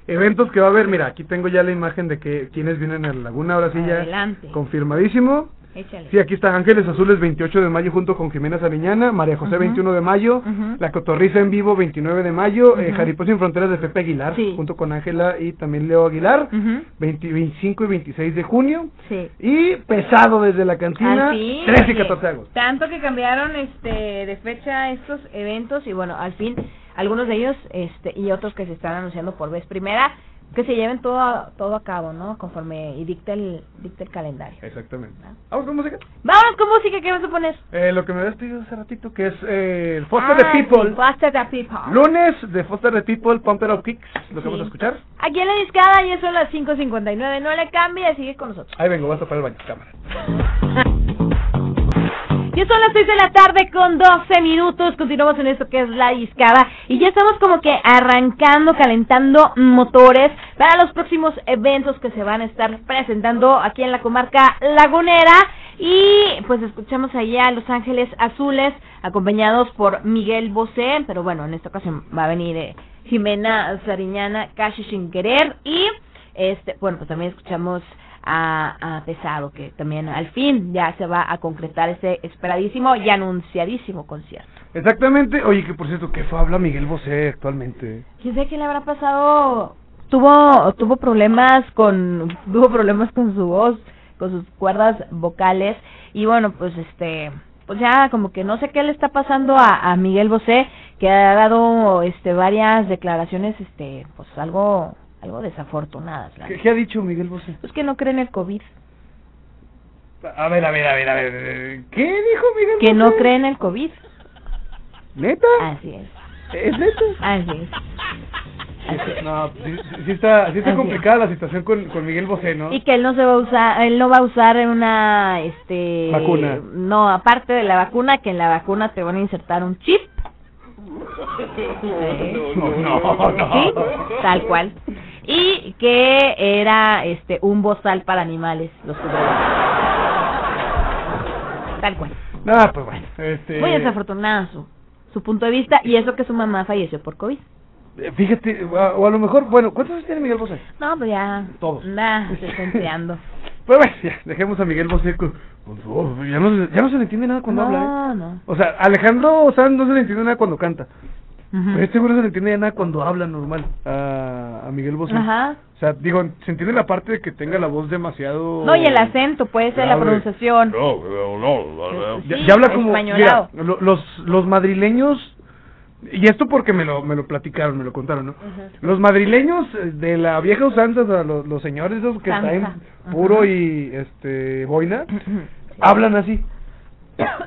eventos que va a haber. Mira, aquí tengo ya la imagen de que quienes vienen a la laguna. Ahora sí
Adelante.
ya confirmadísimo.
échale
Sí, aquí está Ángeles Azules 28 de mayo junto con Jimena Sariñana, María José
Ujú.
21 de mayo,
Ujú.
La Cotorriza en vivo 29 de mayo, eh,
Ujú.
Jaripó sin Fronteras de Pepe Aguilar
Sí.
junto con Ángela y también Leo Aguilar,
Ujú.
20 25 y 26 de junio.
sí
Y pesado desde la cantina,
Al fin,
13 y
oye,
14 de agosto.
Tanto que cambiaron este de fecha estos eventos y bueno, al fin algunos de ellos este y otros que se están anunciando por vez primera que se lleven todo a, todo a cabo, ¿no? Conforme y dicta el dicta el calendario.
Exactamente. Vamos con música.
Vámonos con música, ¿qué vas a poner?
Eh, lo que me habías pedido hace ratito, que es eh, el Foster the
Ah,
People.
sí, Foster the People.
Lunes de Foster the People, Pumper Up Kicks, lo que
Sí.
vamos a escuchar.
Aquí en la discada ya son las 5.59, no le cambies, sigue con nosotros.
Ahí vengo, vas a parar el baño, cámara.
Ya son las 6 de la tarde con 12 minutos. Continuamos en esto que es la discada. Y ya estamos como que arrancando, calentando motores para los próximos eventos que se van a estar presentando aquí en la comarca lagunera. Y pues escuchamos allá a Los Ángeles Azules, acompañados por Miguel Bosé. Pero bueno, en esta ocasión va a venir eh, Jimena Sariñana, casi sin querer. Y este, bueno, pues también escuchamos a, a Pesado, que también al fin ya se va a concretar ese esperadísimo y anunciadísimo concierto.
Exactamente. Oye, que por cierto, ¿qué fue? Habla Miguel Bosé actualmente.
¿Quién sabe qué le habrá pasado? Tuvo, tuvo problemas con, tuvo problemas con su voz, con sus cuerdas vocales y bueno, pues este, pues ya como que no sé qué le está pasando a, a Miguel Bosé, que ha dado este varias declaraciones, este, pues algo, algo desafortunadas. la
¿Qué,
neta.
qué ha dicho Miguel Bosé?
Pues que no cree en el COVID.
A ver, a ver, a ver, a ver. eh, ¿Qué dijo Miguel
que
Bosé?
no Ah. cree en el COVID.
¿Neta?
Así es,
¿Es neta?
así es.
No, sí, sí- sí está, sí
Así
está
es.
complicada la situación con, con Miguel Bosé, ¿no?
Ah, Y que él no se va a usar, él no va a usar una, este...
Vacuna.
No, aparte de la vacuna, que en la vacuna te van a insertar un chip.
No, no, no.
¿sí? Tal cual. Y que era, este, un bozal para animales, los cubrebocas. Tal cual.
Nada, pues bueno. Este,
Muy desafortunado su, su punto de vista, y eso que su mamá falleció por COVID.
eh, Fíjate, o a, o a lo mejor, bueno, ¿cuántos años tiene Miguel Bosé?
No, pues ya...
Todos.
Nah, se está enfriando.
Pues bueno, ya, dejemos a Miguel Bosé con, con su voz, Ya no, se- ya no se le entiende nada cuando habla. ¿eh?
No, no.
O sea, Alejandro Sanz no se le entiende nada cuando canta.
Ujú.
Pero este güey no se le entiende nada cuando habla normal a, a Miguel Bosé.
Ajá.
O sea, digo, se entiende la parte de que tenga la voz demasiado...
No, y el acento, puede ser la
Grave.
pronunciación.
Ya,
Sí,
ya habla como...
españolado.
mira, lo- los, los madrileños... Y esto porque me lo, me lo platicaron, me lo contaron, ¿no? Los madrileños eh, de la vieja usanza, o sea, los, los señores esos que
Sanza.
traen
Ajá.
puro y este boina, hablan así.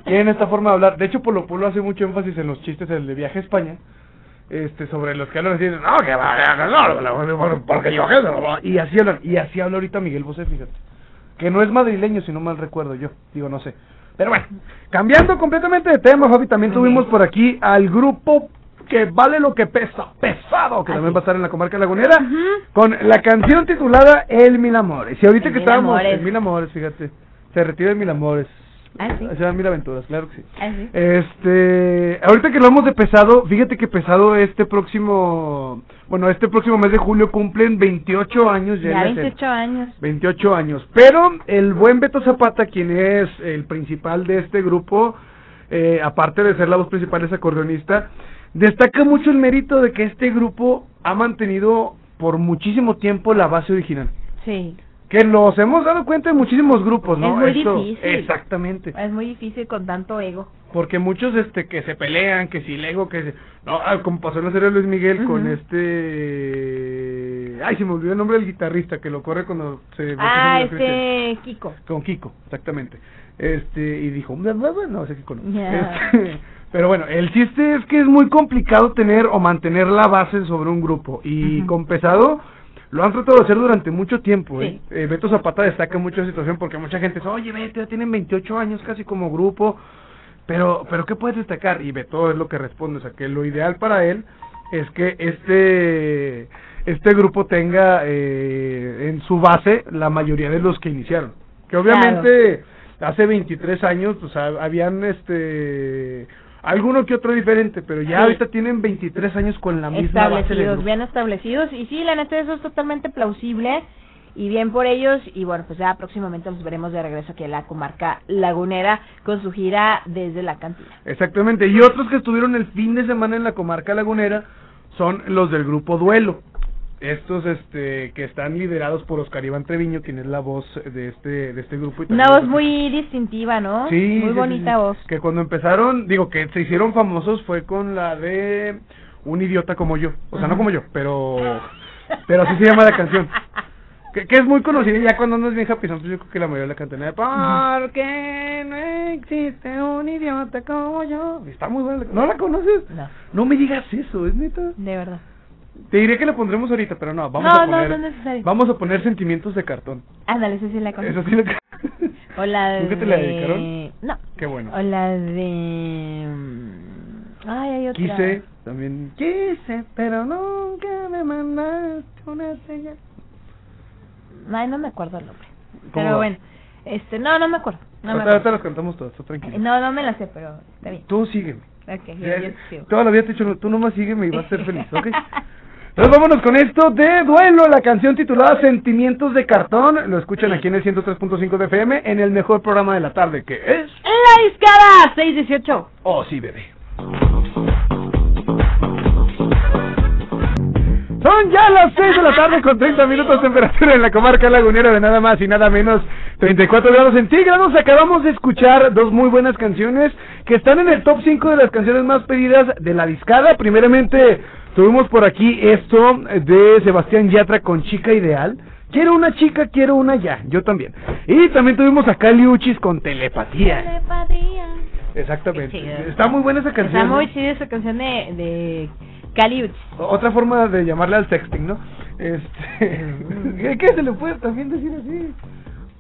Tienen esta forma de hablar. De hecho, Polo Polo hace mucho énfasis en los chistes el de viaje a España. Este, sobre los que hablan así, dicen, no, que va, que va, no, no, no, no, porque yo que no", y así hablan, y así habla ahorita Miguel Bosé, fíjate, que no es madrileño, si no mal recuerdo yo, digo, no sé, pero bueno, cambiando completamente de tema, Fabi, también tuvimos por aquí al grupo que vale lo que pesa, pesado, que también va a estar en la comarca lagunera,
Ujú.
con la canción titulada El Mil Amores, y ahorita
El
que
Mil
estábamos,
Amores.
El Mil Amores, fíjate, se retira El Mil Amores,
Ah, sí.
se llama Mil Aventuras, claro que sí.
Ah, sí.
Este, ahorita que hablamos de pesado, fíjate que pesado este próximo, bueno, este próximo mes de julio cumplen 28 años ya. en
Ya
la escena.
28 años.
28 años. Pero el buen Beto Zapata, quien es el principal de este grupo, eh, aparte de ser la voz principal, es acordeonista, destaca mucho el mérito de que este grupo ha mantenido por muchísimo tiempo la base original.
Sí.
Que nos hemos dado cuenta en muchísimos grupos, ¿no?
Es muy
Esto-
difícil.
Exactamente.
Es muy difícil con tanto ego.
Porque muchos este que se pelean, que si Lego, que se- no, ah, como pasó en la serie de Luis Miguel con
Ujú.
este este, ay, se me olvidó el nombre del guitarrista que lo corre cuando se.
Ah,
se-
este, Kiko.
Con Kiko, exactamente. Este, y dijo, "Bla, bla, bla". no, ese Kiko no.
Ya.
Este, pero bueno, el chiste es que es muy complicado tener o mantener la base sobre un grupo. Y con pesado, lo han tratado de hacer durante mucho tiempo. ¿eh? Eh, Beto Zapata destaca mucho la situación porque mucha gente dice, oye, Beto, ya tienen 28 años casi como grupo. Pero, pero ¿qué puedes destacar? Y Beto es lo que responde, o sea, que lo ideal para él es que este este grupo tenga eh, en su base la mayoría de los que iniciaron. Que obviamente hace 23 años pues ha- habían este alguno que otro diferente, pero ya
Sí.
ahorita tienen 23 años con la misma base del
establecidos,
grupo.
bien establecidos. Y sí, la neta, eso es totalmente plausible. Y bien por ellos. Y bueno, pues ya próximamente los veremos de regreso aquí a la comarca lagunera con su gira desde la cantina.
Exactamente, y otros que estuvieron el fin de semana en la comarca lagunera son los del grupo Duelo. Estos este que están liderados por Oscar Iván Treviño, quien es la voz de este de este grupo. y
Una voz
también-
muy distintiva, ¿no?
Sí, sí,
Muy
sí,
bonita
sí.
voz.
Que cuando empezaron, digo que se hicieron famosos fue con la de Un idiota como yo. O sea, no como yo, pero pero así se llama la canción. Que, que es muy conocida y ya cuando andas bien happy, son, pues yo creo que la mayoría la cantan de Porque no existe un idiota como yo. Está muy buena. la- ¿No la conoces?
No,
No me digas eso, es neta.
de verdad.
Te diré que la pondremos ahorita, pero no, vamos
No,
a
no,
poner
no es necesario.
Vamos a poner sentimientos de cartón.
Ándale, esa sí la
Eso
conozco.
sí lo que-
O la de...
¿Nunca te la dedicaron?
No.
Qué bueno.
O la de... mm, Ay, hay otra.
Quise, también. Quise, pero nunca me mandaste una señal.
Ay, no me acuerdo el nombre.
¿Cómo
Pero
va?
bueno, este, no, no me acuerdo. No me
ahorita, ahorita
acuerdo.
las cantamos todas, tú tranquilo.
Eh, No, no me la sé, pero está bien.
Tú sígueme.
Ok, yo,
Ya-
yo te sigo.
toda la vida te he dicho, tú nomás sígueme y vas a ser feliz, ¿ok? Entonces vámonos con esto de duelo, la canción titulada Sentimientos de Cartón. Lo escuchan aquí en el 103.5 de FM, en el mejor programa de la tarde, que es...
La discada 618.
Oh, sí, bebé. Son ya las 6 de la tarde con 30 minutos de temperatura en la comarca lagunera de nada más y nada menos 34 grados centígrados. Acabamos de escuchar dos muy buenas canciones que están en el top 5 de las canciones más pedidas de la discada. Primeramente tuvimos por aquí esto de Sebastián Yatra con Chica Ideal. Quiero una chica, quiero una ya, yo también. Y también tuvimos a Cali Uchis con Telepatía. Exactamente.
Qué chido.
Está muy buena esa canción.
Está muy
¿no?
chida esa canción de, de Caliuch.
O- Otra forma de llamarle al sexting, ¿no? Este, ¿qué- ¿Qué se le puede también decir así?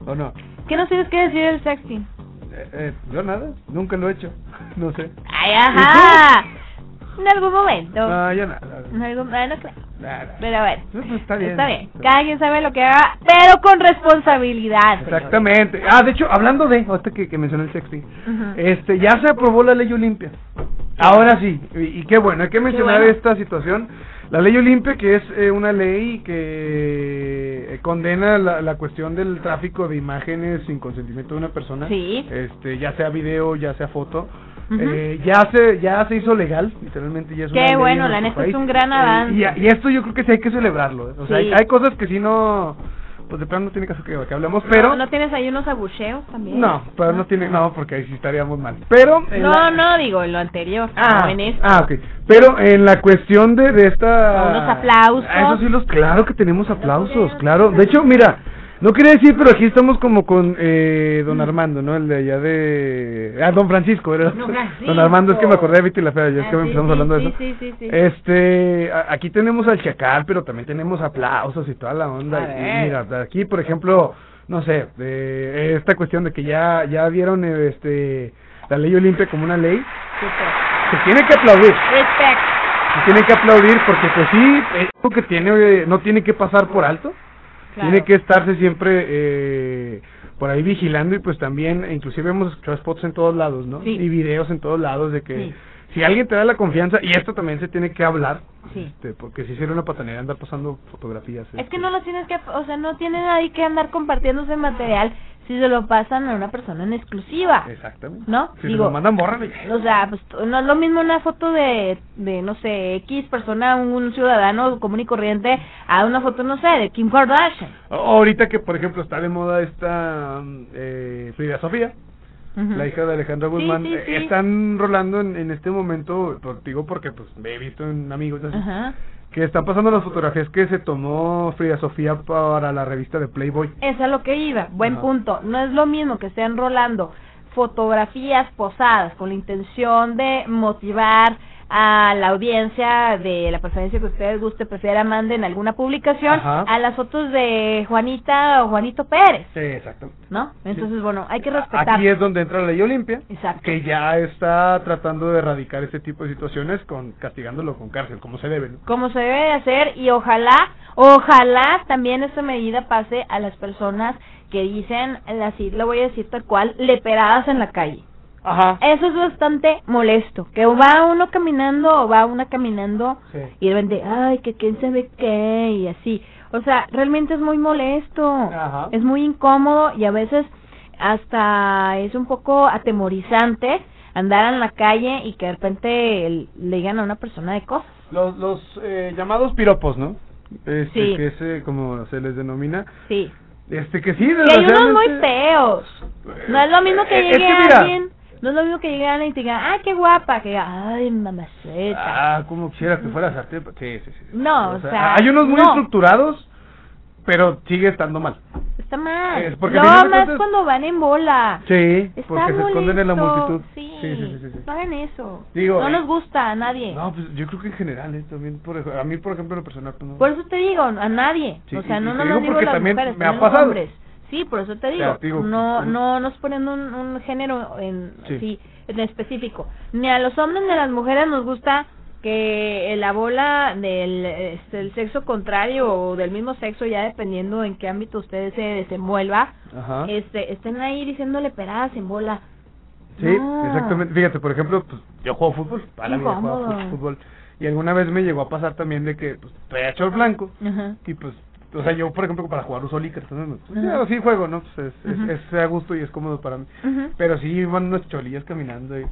¿O no?
¿Qué no sabes qué decir del sexting?
Eh, eh, yo nada, nunca lo he hecho. No sé.
¡Ay, ajá! En algún momento.
No, yo nada.
En algún... Ay, no creo.
Nada.
Pero bueno.
No, pues Ah. está bien.
Está bien. Cada quien sabe lo que haga, pero con responsabilidad. señores.
Exactamente. Ah, de hecho, hablando de, ahorita que, que mencioné el sexting,
Ujú.
este, ya se aprobó la ley Olimpia. Ahora sí, y, y qué bueno, hay que mencionar
bueno.
esta situación. La ley Olimpia, que es eh, una ley que eh, condena la, la cuestión del tráfico de imágenes sin consentimiento de una persona,
Sí.
este, ya sea video, ya sea foto.
Ujú.
eh, ya se ya se hizo legal literalmente ya es
Qué
una ley en
bueno, la neta
nuestro
es
país.
un gran
Eh,
avance.
y, a- y esto yo creo que sí hay que celebrarlo eh. o sea
Sí.
hay, hay cosas que si no pues de plano no tiene caso que, que hablemos pero
¿No, no tienes ahí unos abucheos también?
no, pero no tiene, no, porque ahí sí estaríamos mal. Pero en
No,
la-
no, digo, en lo anterior.
Ah,
no en este.
ah, ok. Pero en la cuestión de, de esta...
Con los aplausos.
Ah, eso sí, los, claro que tenemos aplausos, claro. De hecho, mira, no quería decir, pero aquí estamos como con eh,
Mm.
don Armando, ¿no? El de allá de... Ah, don Francisco, ¿verdad?
Don Francisco.
Don Armando, es que me acordé de Betty la Fea, ya es
Ah,
que
sí,
empezamos
sí,
hablando de
sí,
eso.
sí, sí, sí.
Este, a- aquí tenemos al Chacal, pero también tenemos aplausos y toda la onda.
A
Y- y
ver.
mira, aquí, por ejemplo, no sé, eh, esta cuestión de que ya, ya vieron eh, este, la ley Olimpia como una ley, se tiene que aplaudir,
Respect.
se tiene que aplaudir porque pues sí, es algo que tiene, eh, no tiene que pasar por alto,
Claro.
tiene que estarse siempre eh, por ahí vigilando y pues también, e inclusive hemos escuchado spots en todos lados, ¿no?
Sí.
Y videos en todos lados de que
Sí.
si alguien te da la confianza, y esto también se tiene que hablar,
Sí.
este, porque si hiciera una patanera andar pasando fotografías.
Es
este,
que no lo tienes que, o sea, no tienen ahí que andar compartiendo ese material si se lo pasan a una persona en exclusiva.
Exactamente.
¿No?
Si
Digo-
se lo mandan, bórrale.
O sea, pues t- no es lo mismo una foto de, de no sé, X persona, un, un ciudadano común y corriente, a una foto, no sé, de Kim Kardashian.
A- Ahorita que, por ejemplo, está de moda esta mm, eh, Frida Sofía,
Ujú.
la hija de Alejandra Guzmán,
sí,
eh,
sí.
están rolando en, en este momento, pues, digo porque pues me he visto en amigos así,
Ajá.
que están pasando las fotografías que se tomó Frida Sofía para la revista de Playboy.
Es a lo que iba, buen
Ajá.
punto. No es lo mismo que estén rolando fotografías posadas con la intención de motivar a la audiencia de la preferencia que ustedes guste, prefiera, manden alguna publicación
Ajá.
a las fotos de Juanita o Juanito Pérez,
Sí, exactamente.
¿no? Entonces, bueno, hay que respetar.
Aquí es donde entra la ley Olimpia,
Exacto.
que ya está tratando de erradicar este tipo de situaciones con castigándolo con cárcel, como se debe. ¿no?
como se debe de hacer y ojalá, ojalá también esta medida pase a las personas que dicen, así lo voy a decir tal cual, leperadas en la calle.
Ajá.
Eso es bastante molesto, que va uno caminando o va una caminando
Sí.
y de repente, ay, que quién sabe qué y así. O sea, realmente es muy molesto,
Ajá.
es muy incómodo y a veces hasta es un poco atemorizante andar en la calle y que de repente le digan a una persona de cosas.
Los, los eh, llamados piropos, ¿no? Este,
Sí.
Que es eh, como se les denomina.
Sí.
Este que sí,
Y hay unos muy
desgraciadamente-
feos. No es lo mismo que
Eh, es
llegue
que mira.
alguien. No es lo mismo que llegue alguien y te diga, ay, qué guapa. Que diga, ay, mamaceta.
Ah, como quisiera que fuera sartén. Sí, sí, sí.
No, o sea,
Hay unos muy
no.
estructurados, pero sigue estando mal.
Está mal.
Es
No,
porque al final de
más
cuentas-
cuando van en bola.
Sí,
Está
porque se esconden en la
molesto.
multitud.
Sí,
sí, sí. sí, sí.
No hagan eso.
Digo,
no
eh,
nos gusta a nadie.
No, pues yo creo que en general, ¿eh? También, por, ej- a mí, por ejemplo, en lo personal, pues no.
Por eso te digo, a nadie.
Sí,
o sea,
y- y
no
te
nos
digo
digo
porque
las
también
mujeres,
me ha
también los
pasado.
hombres. Sí, por eso te digo.
te digo,
no
mm.
no nos ponen un, un género en,
Sí.
así, en específico. Ni a los hombres ni a las mujeres nos gusta que la bola del este, el sexo contrario o del mismo sexo, ya dependiendo en qué ámbito ustedes se desenvuelva,
Ajá.
este, estén ahí diciéndole peradas en bola.
Sí,
No.
exactamente. Fíjate, por ejemplo, pues, yo juego fútbol, para la vida
Incómodo.
juego fut- fútbol. Y alguna vez me llegó a pasar también de que pues, traía short blanco
Ajá.
y pues, o sea, yo, por ejemplo, para jugar uso licras, ¿no? Pues,
Ajá.
ya, sí juego, ¿no? Pues es, es-
Ujú.
es a gusto y es cómodo para mí.
Ujú.
Pero sí iban unas cholillas caminando y...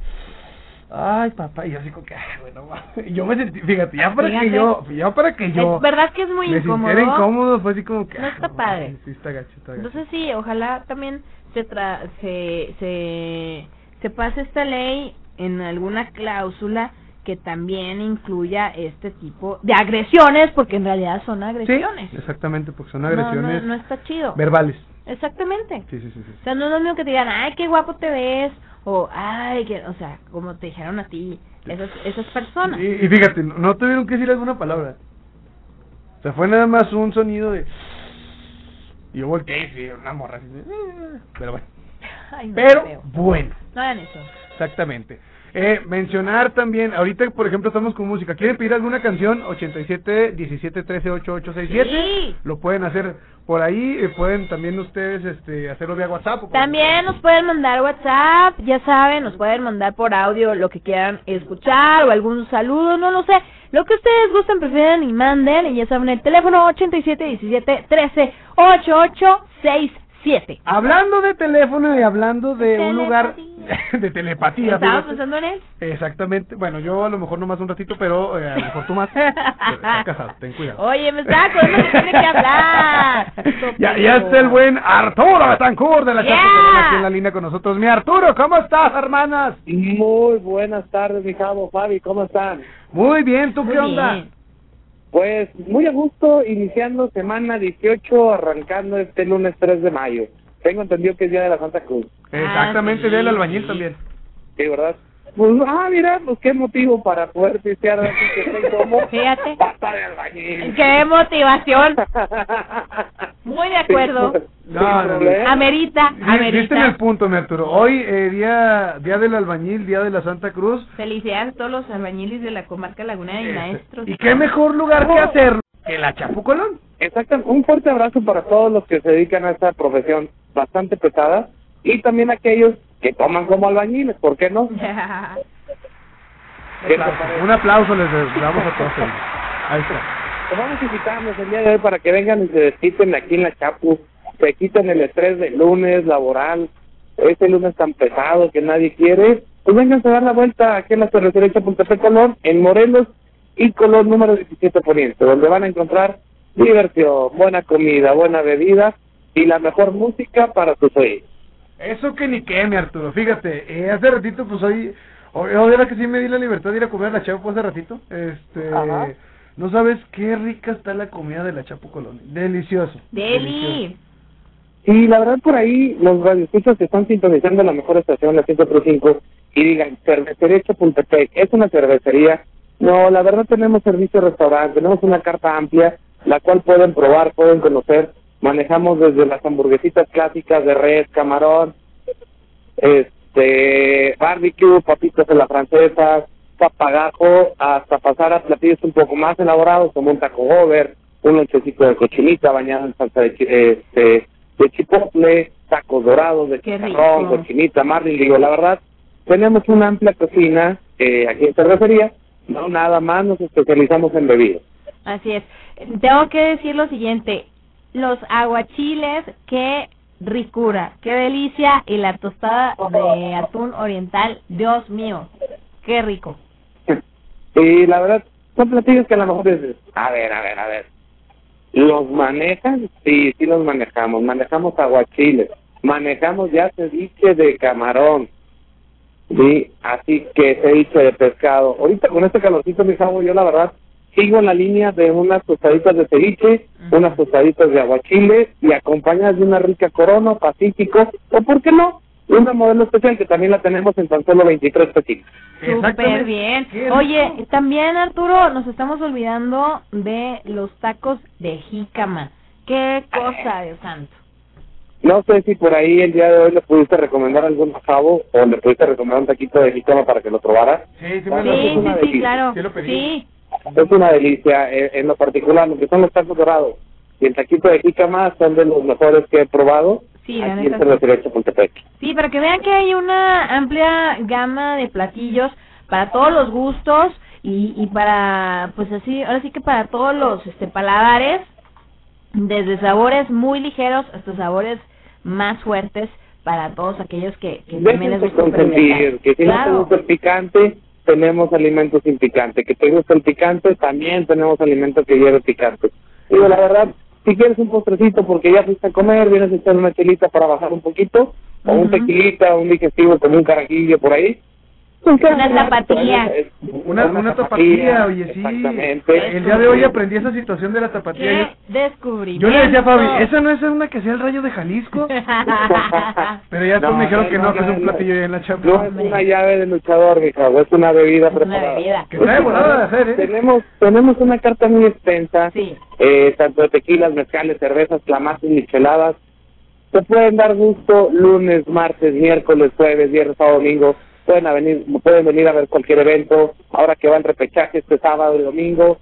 Ay, papá, y yo así como que, ay, bueno, va. Y yo me sentí, fíjate, ya para
Fíjate.
que yo, ya para que yo...
Es verdad que es muy
me
incómodo.
sintiera incómodo, fue así como que...
No
ay,
está
no,
padre.
Sí, está gacho, está gacho.
Entonces sí, ojalá también se, tra se, se, se pase esta ley en alguna cláusula que también incluya este tipo de agresiones, porque en realidad son agresiones.
Sí, exactamente, porque son
No,
agresiones
No, no, está chido.
verbales.
Exactamente.
Sí, sí, sí, sí. sí.
O sea, no es lo mismo que te digan, ay, qué guapo te ves, o ay, que, o sea, como te dijeron a ti esas, esas personas.
Y, y fíjate, no- no tuvieron que decir alguna palabra. O sea, fue nada más un sonido de... Y yo volteé y sí, una morra así de, "Eh". Pero bueno.
Ay, no, qué
Pero
feo.
bueno,
no hagan eso.
exactamente. Eh, mencionar también, ahorita por ejemplo estamos con música. ¿Quieren pedir alguna canción? 87 17 13 8867.
Sí.
Lo pueden hacer por ahí. eh, pueden también ustedes este hacerlo vía WhatsApp. o por-
También nos pueden mandar WhatsApp, ya saben, nos pueden mandar por audio lo que quieran escuchar o algún saludo, no lo sé. Lo que ustedes gusten, prefieren y manden. Y ya saben, el teléfono 87 17 13 8867.
Hablando de teléfono y hablando de un lugar de telepatía.
Estaba
fíjate.
pensando en él.
Exactamente. Bueno, yo a lo mejor nomás un ratito, pero eh, a lo mejor tú más. Pero Estás casado, ten cuidado.
Oye, me estaba acordando que tiene que hablar.
ya, ya está el buen Arturo Betancourt de la
Yeah.
Chapo Corona aquí en la línea con nosotros. Mi Arturo, ¿cómo estás, hermanas?
Muy buenas tardes, mi chavo Fabi, ¿cómo están?
Muy bien, ¿tú qué onda?
bien. Ah,
Pues muy a gusto, iniciando semana 18, arrancando este lunes 3 de mayo. Tengo entendido que es Día de la Santa Cruz.
Exactamente,
Ah, sí.
del albañil también.
Sí, ¿verdad? Pues, ah, mira, pues qué motivo para poder pistear así que estoy como
Fíjate.
pata de albañil.
Qué motivación. Muy de acuerdo.
Sin
No, no, no.
problema.
Amerita,
Di- Diste en
amerita.
el punto, mi Arturo. Hoy, eh, día, día del albañil, día de la Santa Cruz.
Felicidades a todos los albañiles de la comarca Laguna y
Este,
maestros.
¿Y qué mejor lugar
Oh.
que hacerlo que la Chapucolón?
Exacto, un fuerte abrazo para todos los que se dedican a esta profesión bastante pesada y también aquellos que toman como albañiles, ¿por qué no? ¿Qué te parece?
Un aplauso les damos a todos. Ahí está.
Pues vamos a invitarlos el día de hoy para que vengan y se desquiten aquí en la Chapu, se quiten el estrés del lunes laboral, este lunes tan pesado que nadie quiere. Pues vengan a dar la vuelta aquí en la carretera de Chapultepec Colón, en Morelos y Colón número 17 Poniente, donde van a encontrar diversión, buena comida, buena bebida y la mejor música para sus oídos.
Eso que ni qué, mi Arturo. Fíjate, eh, hace ratito, pues hoy, hoy, hoy era que sí me di la libertad de ir a comer a la Chapo hace ratito. Este,
Ajá.
no sabes qué rica está la comida de la Chapo Colonia. Delicioso.
Deli.
Y la verdad, por ahí, los radioescuchas que están sintonizando la mejor estación, la 135, y digan, cervecería Chapultepec, es una cervecería. No, la verdad, tenemos servicio de restaurante, tenemos una carta amplia, la cual pueden probar, pueden conocer. Manejamos desde las hamburguesitas clásicas de red, camarón, este barbecue, papitas de la francesa, papagajo, hasta pasar a platillos un poco más elaborados como un taco over, un lonchecito de cochinita bañado en salsa de, chi- este, de chipotle, tacos dorados de
Qué
chicharrón,
rico.
cochinita, marlin, digo, la verdad, tenemos una amplia cocina eh, aquí en cervecería, no nada más nos especializamos en bebidas.
Así es. Tengo que decir lo siguiente. Los aguachiles, qué ricura, qué delicia. Y la tostada de atún oriental, Dios mío, qué rico.
Y la verdad, son platillos que a lo mejor dices, a ver, a ver, a ver. ¿Los manejan? Sí, sí los manejamos. Manejamos aguachiles. Manejamos ya ceviche de camarón. Sí, así que ceviche de pescado. Ahorita con este calorcito, mi chavo, yo la verdad sigo en la línea de unas tostaditas de ceviche, unas tostaditas de aguachile y acompañadas de una rica corona, pacífico, o por qué no, una modelo especial que también la tenemos en tan solo 23 pesitos.
Súper bien. Oye, también Arturo, nos estamos olvidando de los tacos de jícama. Qué cosa, Dios santo.
No sé si por ahí el día de hoy le pudiste recomendar algún chavo o le pudiste recomendar un taquito de jícama para que lo probara.
Sí, sí,
me
Sí,
lo- es
sí,
una
sí,
delicia.
claro.
Sí lo pedí.
Sí,
Es una delicia, eh, en lo particular, lo que son los tacos dorados y el taquito de jícama son de los mejores que he probado
Sí, la
aquí en
neta
Cervecería Chapultepec.
Sí, para que vean que hay una amplia gama de platillos para todos los gustos y, y para, pues así, ahora sí que para todos los este, paladares, desde sabores muy ligeros hasta sabores más fuertes para todos aquellos que, que también les
Déjense
gusta experimentar.
consentir, que si no te
Claro,
gusta el picante, tenemos alimentos sin picante. Que te gusta el picante, también tenemos alimentos que lleven picante. Digo, la verdad, si quieres un postrecito porque ya fuiste a comer, vienes a echar una chelita para bajar un poquito, o un tequilita, un digestivo como un carajillo por ahí. pues, ¿qué
Una
vas a comer?
tapatía.
Es-
Una, una tapatía, oye, sí.
Exactamente.
El día de hoy aprendí esa situación de la tapatía. Yo-
¿Qué descubrimiento?
Yo le decía a Fabi, ¿esa no es una que sea el rayo de Jalisco? Pero ya todos
No,
me dijeron
no,
que no,
no,
que es
no,
un
no.
platillo ahí en la chapa.
No es una llave de luchador, mi chavo, es una bebida preparada.
bebida.
Que trae volada de hacer, ¿eh?
Tenemos, tenemos una carta muy extensa,
Sí.
eh, tanto de tequilas, mezcales, cervezas, clamates, micheladas. Se pueden dar gusto lunes, martes, miércoles, jueves, viernes, sábado, domingo. Pueden a venir, pueden venir a ver cualquier evento. Ahora que va el repechaje este sábado y domingo,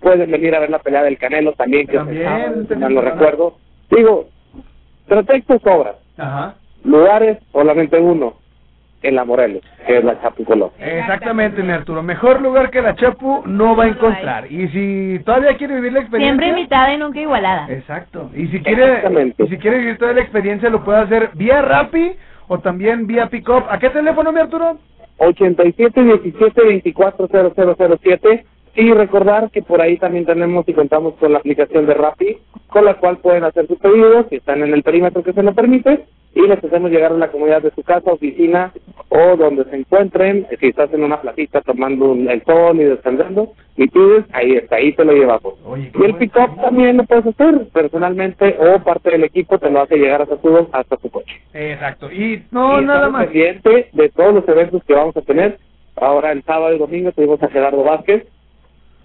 pueden venir a ver la pelea del Canelo también, que
También,
es el sábado, si
tenemos
mal no
para-
recuerdo. Digo, pretextos sobran.
Ajá.
Lugares, solamente uno, en la Morelos, que es la Chapucolón.
Exactamente, mi Arturo. Mejor lugar que la Chapu no va a encontrar. Y si todavía quiere vivir la experiencia...
Siempre invitada y nunca igualada.
Exacto. Y si quiere
Exactamente.
y si quiere vivir toda la experiencia, lo puede hacer vía Rappi o también vía Pickup. ¿A qué teléfono, mi Arturo?
8717-240007. Y recordar que por ahí también tenemos y contamos con la aplicación de Rappi, con la cual pueden hacer sus pedidos si están en el perímetro que se lo permite. Y les hacemos llegar a la comunidad de su casa, oficina o donde se encuentren. Si estás en una placita tomando un- el sol y descansando, y pides, ahí está, ahí te lo llevamos.
Oye, qué
Y el
buen
pick-up también lo puedes hacer personalmente o parte del equipo te lo hace llegar hasta tu, hasta tu coche.
Exacto. Y no,
Y
nada
estamos
más.
pendiente de todos los eventos que vamos a tener. Ahora el sábado y domingo tuvimos a Gerardo Vázquez,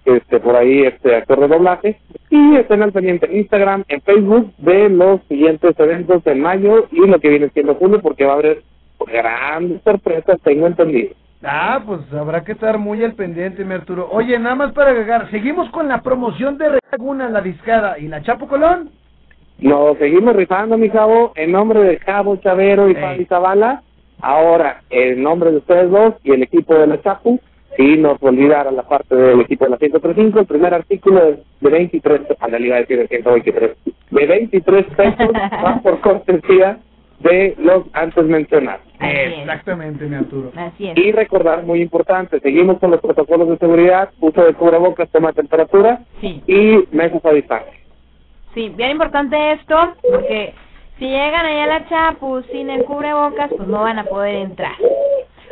este por ahí este actor de doblaje. Y estén al pendiente en Instagram, en Facebook, de los siguientes eventos en mayo y lo que viene siendo julio, porque va a haber grandes sorpresas, tengo entendido.
Ah, pues habrá que estar muy al pendiente, mi Arturo. Oye, nada más para agregar, seguimos con la promoción de Laguna, la discada y la Chapo Colón.
Nos seguimos rifando, mi chavo, en nombre de Cabo Chavero y
Ey.
Fabi Zavala. Ahora, en nombre de ustedes dos y el equipo de la Chapu, y no olvidar a la parte del equipo de la 135, el primer artículo de, de 23, a la iba a decir de 123, de 23 pesos, va por cortesía de los antes mencionados.
Así es.
Exactamente, mi Arturo.
Así es.
Y recordar, muy importante, seguimos con los protocolos de seguridad, uso de cubrebocas, toma de temperatura
Sí.
y mesas a distancia.
Sí, bien importante esto, porque Si llegan allá a la Chapu sin el cubrebocas, pues no van a poder entrar.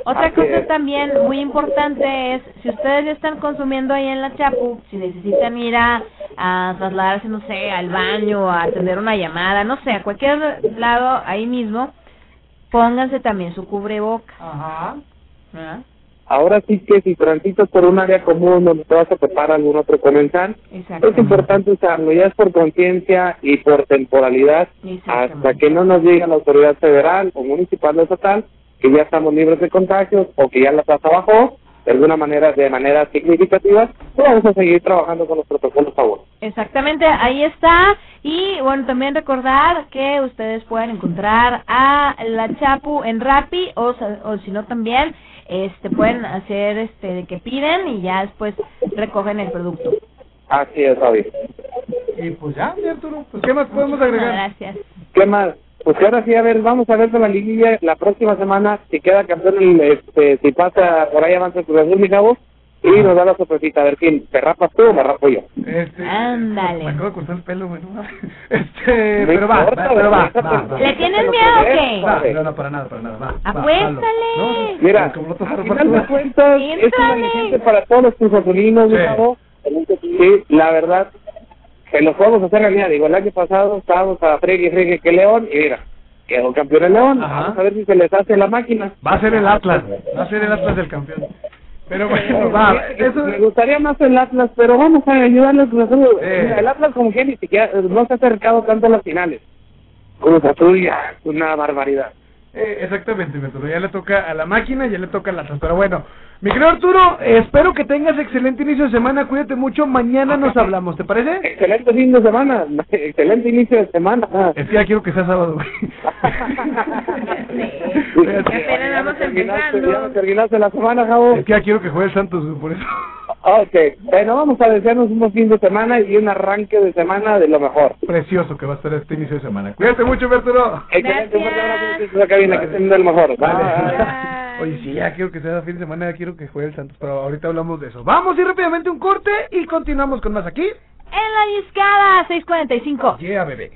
Otra
Así
cosa
es.
también muy importante es, si ustedes ya están consumiendo ahí en la Chapu, si necesitan ir a, a trasladarse, no sé, al baño, a atender una llamada, no sé, a cualquier lado ahí mismo, pónganse también su cubrebocas.
Ajá. Ah,
Ahora sí que si transitas por un área común donde te vas a topar algún otro comensal,
Exacto.
es importante usarlo, ya es por conciencia y por temporalidad, hasta que no nos diga la autoridad federal o municipal o estatal que ya estamos libres de contagios o que ya la tasa bajó, de alguna manera, de manera significativa, pues vamos a seguir trabajando con los protocolos favor.
Exactamente, ahí está. Y bueno, también recordar que ustedes pueden encontrar a la Chapu en Rappi o, sa- o si no también este pueden hacer este de que piden y ya después recogen el producto.
Así es, David.
Y pues ya, mi Arturo, pues ¿qué más podemos agregar?
Muchísimas gracias.
¿Qué más? Pues ahora sí, a ver, vamos a ver con la liguilla la próxima semana si queda campeón, el, este, si pasa por ahí avanza el Cruz Azul, mi chavo, y nos da la sorpresita, a ver quién, ¿te rapas tú o me rapo yo?
Este,
Ándale.
Me acabo de cortar el pelo, güey. no mames. Este,
No
pero va,
importa,
va, pero va,
güey,
va, va.
¿Le tienes
Lo que
miedo o
ves,
qué?
Va,
padre.
no, no, para nada, para nada, va. va,
Apuéstale.
hazlo. No,
Mira,
como lo tomas
al
por
final de
parte-
cuentas, es una
Entrale.
licencia para todos los cruzazulinos, mi
Sí.
chavo. Sí, la verdad, que los podemos hacer realidad. Digo, el año pasado estábamos a fregue, fregue, que León, y mira, quedó campeón el León.
Ajá.
Vamos a ver si se les hace la máquina.
Va a ser el Atlas, va a ser el Atlas del campeón. Pero bueno, va, eso
Me gustaría más el Atlas, pero vamos a ayudarle al Cruz Azul.
Eh.
Mira, El Atlas como que ni siquiera eh, no se ha acercado tanto a las finales. Cruz Azul ya es una barbaridad.
Eh, exactamente, mi Arturo. Ya le toca a la máquina, ya le toca a la Pero bueno, mi querido Arturo, espero que tengas excelente inicio de semana. Cuídate mucho. Mañana nos hablamos, ¿te parece?
Excelente fin de semana, excelente inicio de semana.
Es que ya quiero que sea sábado, güey.
Apenas
apenas vamos empezando.
Ya terminaste la semana, Javo.
Es que ya quiero que juegue el Santos, güey, por eso.
Ok, bueno, vamos a desearnos un buen fin de semana y un arranque de semana de lo mejor.
Precioso que va a ser este inicio de semana. Cuídate mucho, mi Arturo.
Excelente, un fuerte abrazo desde la cabina, que estén de lo mejor. Bye.
Vale. Oye, sí, ya quiero que sea fin de semana, ya quiero que juegue el Santos, pero ahorita hablamos de eso. Vamos y rápidamente un corte y continuamos con más aquí.
En la discada 645.
Yeah, bebé.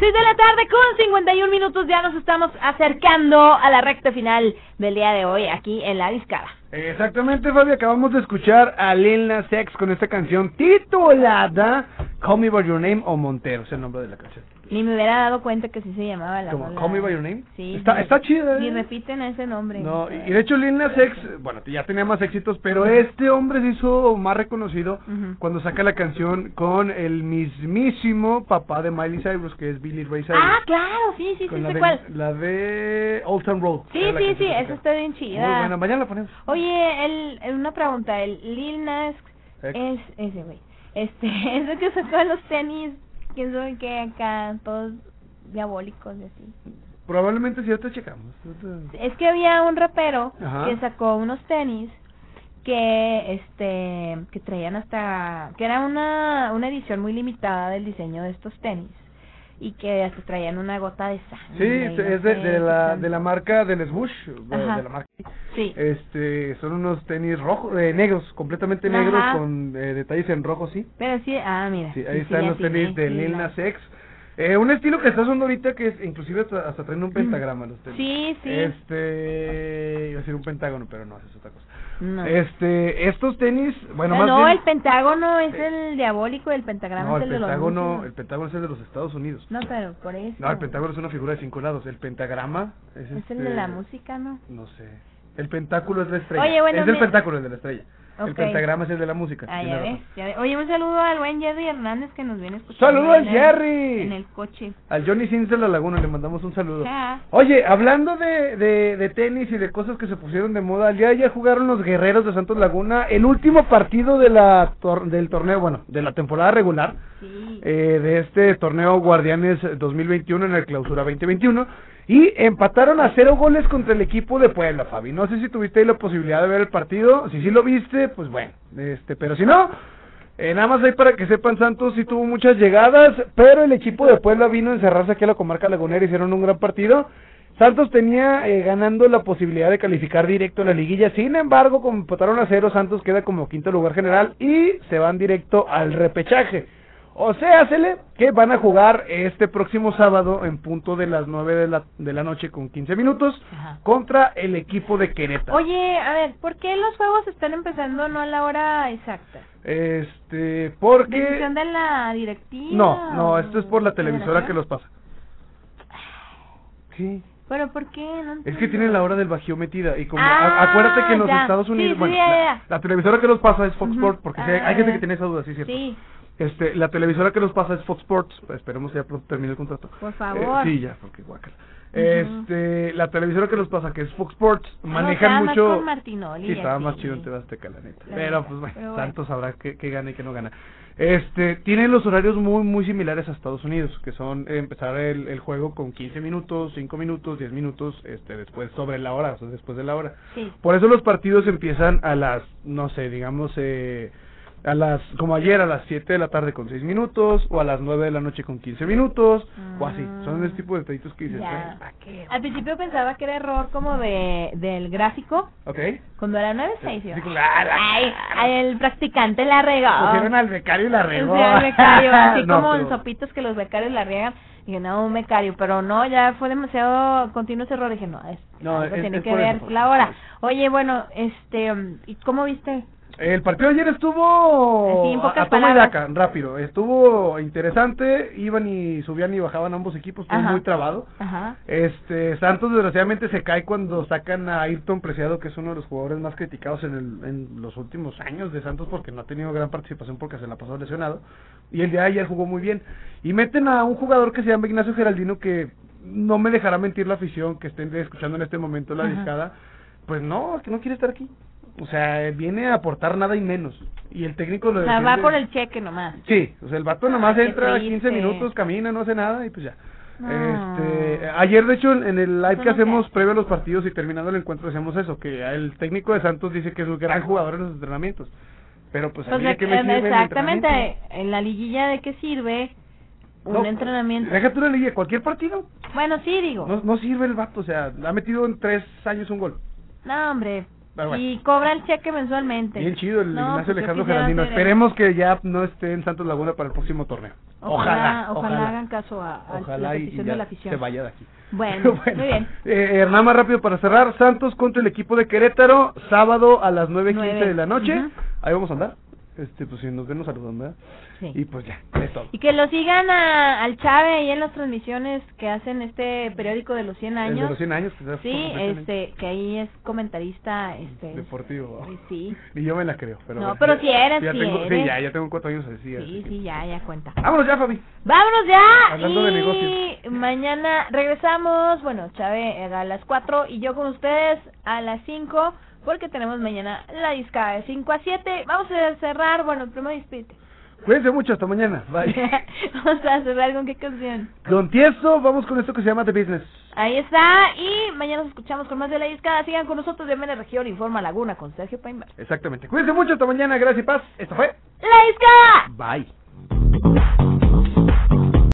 6 de la tarde con 51 minutos ya nos estamos acercando a la recta final del día de hoy aquí en la discada.
Exactamente, Fabio. Acabamos de escuchar a Lil Nas X con esta canción titulada Call Me By Your Name o Montero, es el nombre de la canción.
Ni me hubiera dado cuenta que sí se llamaba la
Como
rola.
Call Me By Your Name.
Sí.
Está, está chida. ¿eh?
Ni repiten ese nombre.
No, y y de hecho Lil Nas X, bueno, ya tenía más éxitos, pero este hombre se hizo más reconocido
Ujú.
cuando saca la canción con el mismísimo papá de Miley Cyrus, que es Billy Ray Cyrus.
Ah, claro, sí, sí, sí,
con la
sé
de,
cuál.
la de Old Town Road.
Sí,
era la
sí,
canción
sí,
que
esa
saca.
está bien chida.
Muy buena, mañana la ponemos.
Oye, el, el- una pregunta, el Lil Nas
Ex.
es ese güey. Este, es el que sacó los tenis, quién sabe qué acá, todos diabólicos y así.
Probablemente si ahorita checamos. ahorita-
Es que había un rapero
Ajá.
que sacó unos tenis que este que traían hasta que era una una edición muy limitada del diseño de estos tenis y que hasta traían una gota de
Sí,
sangre. y no
es de,
sé
de,
qué
la,
tanto.
de la marca del Swoosh, de,
Ajá.
de la marca.
Sí.
Este, son unos tenis rojos, eh, negros, completamente
Ajá.
negros, con eh, detalles en rojo, sí.
Pero sí, ah, mira.
Sí,
sí,
ahí
sí,
están
le
los
atiné,
tenis de
sí,
Lil
la-
Nas X. Eh, un estilo que está usando ahorita que es, inclusive hasta, hasta traen un pentagrama los tenis.
Sí, sí.
Este, iba a decir un pentágono, pero no, eso es otra cosa.
No.
Este, estos tenis, bueno,
Ah,
más
no,
bien-
el pentágono es
Eh,
el diabólico, el pentagrama
No,
es
el
el de los
pentágono,
rusos.
el pentágono es el de los Estados Unidos.
No, pero por eso.
No, el pentágono es una figura de cinco lados. El pentagrama es,
Es el
este,
de la música, ¿no?
No sé. El pentáculo es la estrella.
Oye, bueno,
es del
me-
pentáculo, es de la estrella. El
Ok.
pentagrama es el de la música.
Ah,
tiene
ya ves,
razón.
ya ves. Oye, un saludo al buen Jerry Hernández que nos viene escuchando.
¡Saludo al
en el-
Jerry!
En el coche.
Al Johnny Sins de la Laguna le mandamos un saludo.
Ja.
Oye, hablando de, de, de tenis y de cosas que se pusieron de moda, ya ya jugaron los guerreros de Santos Laguna el último partido de la tor- del torneo, bueno, de la temporada regular.
Sí.
eh, de este torneo Guardianes 2021 en el Clausura 2021 y empataron a cero goles contra el equipo de Puebla, Fabi. No sé si tuviste ahí la posibilidad de ver el partido, si sí lo viste, pues bueno, este, pero si no, eh, nada más ahí para que sepan, Santos sí tuvo muchas llegadas, pero el equipo de Puebla vino a encerrarse aquí a la comarca lagunera, hicieron un gran partido. Santos tenía eh, ganando la posibilidad de calificar directo a la liguilla, sin embargo, como empataron a cero, Santos queda como quinto lugar general y se van directo al repechaje. O sea, Cele, que van a jugar este próximo sábado en punto de las 9 de la, de la noche con 15 minutos
Ajá.
contra el equipo de Querétaro.
Oye, a ver, ¿por qué los juegos están empezando no a la hora exacta?
Este, porque...
¿Decisión de la directiva?
No, no,
o
esto es por la
de
televisora
radio?
que los pasa. Sí,
¿Pero por qué? No
es
entiendo.
que tienen la hora del bajío metida y como
Ah,
a- acuérdate que en los
ya.
Estados
Sí,
Unidos,
sí,
bueno,
ya,
la-
ya.
La, televisora que los pasa es Fox
Ujú.
Sports, porque sí hay-
Ah.
hay gente que tiene esa duda, sí, es cierto.
Sí,
Este, la televisora que nos pasa es Fox Sports. Pues esperemos que ya pronto termine el contrato.
por
Eh,
favor.
sí, ya, porque guácala.
Ujú.
Este, la televisora que nos pasa, que es Fox Sports,
No,
manejan
estaba más
mucho.
con Martinoli
sí,
y
estaba
así.
más chido en TV Azteca, la neta.
La
pero
neta,
pues bueno,
pero bueno.
Santos sabrá qué, qué gana y qué no gana. Este, tienen los horarios muy, muy similares a Estados Unidos, que son eh, empezar el, el juego con 15 minutos, 5 minutos, 10 minutos, este, después sobre la hora, o sea, después de la hora.
Sí.
Por eso los partidos empiezan a las, no sé, digamos, eh, a las, como ayer, a las 7 de la tarde con 6 minutos, o a las 9 de la noche con 15 minutos, o así. Son ese tipo de detallitos que dices,
Mm. Ya.
"Ay, ¿pa' qué?".
Al principio pensaba que era error como de del gráfico,
¿Ok?
cuando era 9-6.
Sí,
yo,
como, "Ah, la-
Ay, ay, el practicante la regó.
Pusieron al becario y la regó.
Sí, Ah. al becario, así
No,
como
pero-
en sopitos que los becarios la riegan. Dije, no, un becario, pero no, ya fue demasiado continuo ese error. Dije, no, es,
No,
algo
es-
tiene
es
que
por
ver
eso, por
la
eso,
hora.
por eso.
Oye, bueno, este, mm, ¿y cómo viste?
El partido de ayer estuvo
Así, en pocas
a, a toma y
palabras.
daca, rápido. Estuvo interesante, iban y subían y bajaban ambos equipos, estuvo
Ajá.
Pues, muy trabado.
Ajá.
Este, Santos desgraciadamente se cae cuando sacan a Ayrton Preciado, que es uno de los jugadores más criticados en, el- en los últimos años de Santos porque no ha tenido gran participación porque se la pasó lesionado. Y el día de ayer jugó muy bien. Y meten a un jugador que se llama Ignacio Geraldino que no me dejará mentir la afición que estén escuchando en este momento la discada. Pues no, es que no quiere estar aquí. O sea, viene a aportar nada y menos. Y el técnico lo
O sea, va
defiende-
por el cheque nomás.
Sí, o sea, el vato nomás
Ah, qué
entra
triste.
15 minutos, camina, no hace nada y pues ya.
No.
Este, ayer de hecho en, en el live
Eso
que
no sé.
hacemos previo a los partidos y terminando el encuentro hacemos eso, que el técnico de Santos dice que es un gran jugador en los entrenamientos. Pero pues a
O
mí
sea,
de qué me sirve el entrenamiento?
eh, exactamente, en la liguilla de qué sirve un
No,
entrenamiento.
Deja tú la liga, cualquier partido.
Bueno, sí, digo. No,
No, no sirve el vato, o sea, ha metido en tres años un gol.
hombre.
Pero Ah, bueno.
Y cobra el cheque mensualmente.
Bien chido el
No, pues
Ignacio
yo
Alejandro
quisiera
Geraldino.
hacer eso.
Esperemos que ya no esté en Santos Laguna para el próximo torneo.
Ojalá, ojalá
Ojalá, ojalá.
hagan caso a, a
Ojalá
la
y-
petición
y ya
de la afición.
se vaya de aquí.
Bueno,
Bueno,
muy bien.
eh, nada más rápido para cerrar, Santos contra el equipo de Querétaro, sábado a las 9.15
Nueve.
de la noche.
Ujú.
Ahí vamos a andar. Este, pues si nos ven, nos saludan, ¿verdad?
Sí.
Y pues ya, es todo.
Y que lo sigan a, al Chave ahí en las transmisiones que hacen este periódico de los 100
El de
años.
los 100 años. que se hace
sí,
por completo
este, que ahí es comentarista, este.
en- Deportivo.
eh, Sí,
Y yo me la creo. Pero
No,
bueno,
pero
ya-
si eres,
ya
si
tengo-
eres.
Sí, ya, ya tengo cuatro años así. así
sí,
que-
sí, ya, ya cuenta.
Vámonos ya, Fabi.
Vámonos ya.
Hablando
y
de negocios.
Mañana regresamos. Bueno, Chave eh, a las 4 y yo con ustedes a las 5 porque tenemos mañana la disca de 5 a 7. Vamos a cerrar. Bueno, primero despídete.
Cuídense mucho, hasta mañana. Bye.
Vamos a cerrar con qué canción.
Don Tiesto, vamos con esto que se llama The Business.
Ahí está. Y mañana nos escuchamos con más de la disca. Sigan con nosotros de Mena Región Informa Laguna con Sergio Paimbar.
Exactamente. Cuídense mucho, hasta mañana. Gracias y paz. Esto fue.
¡La disca!
Bye.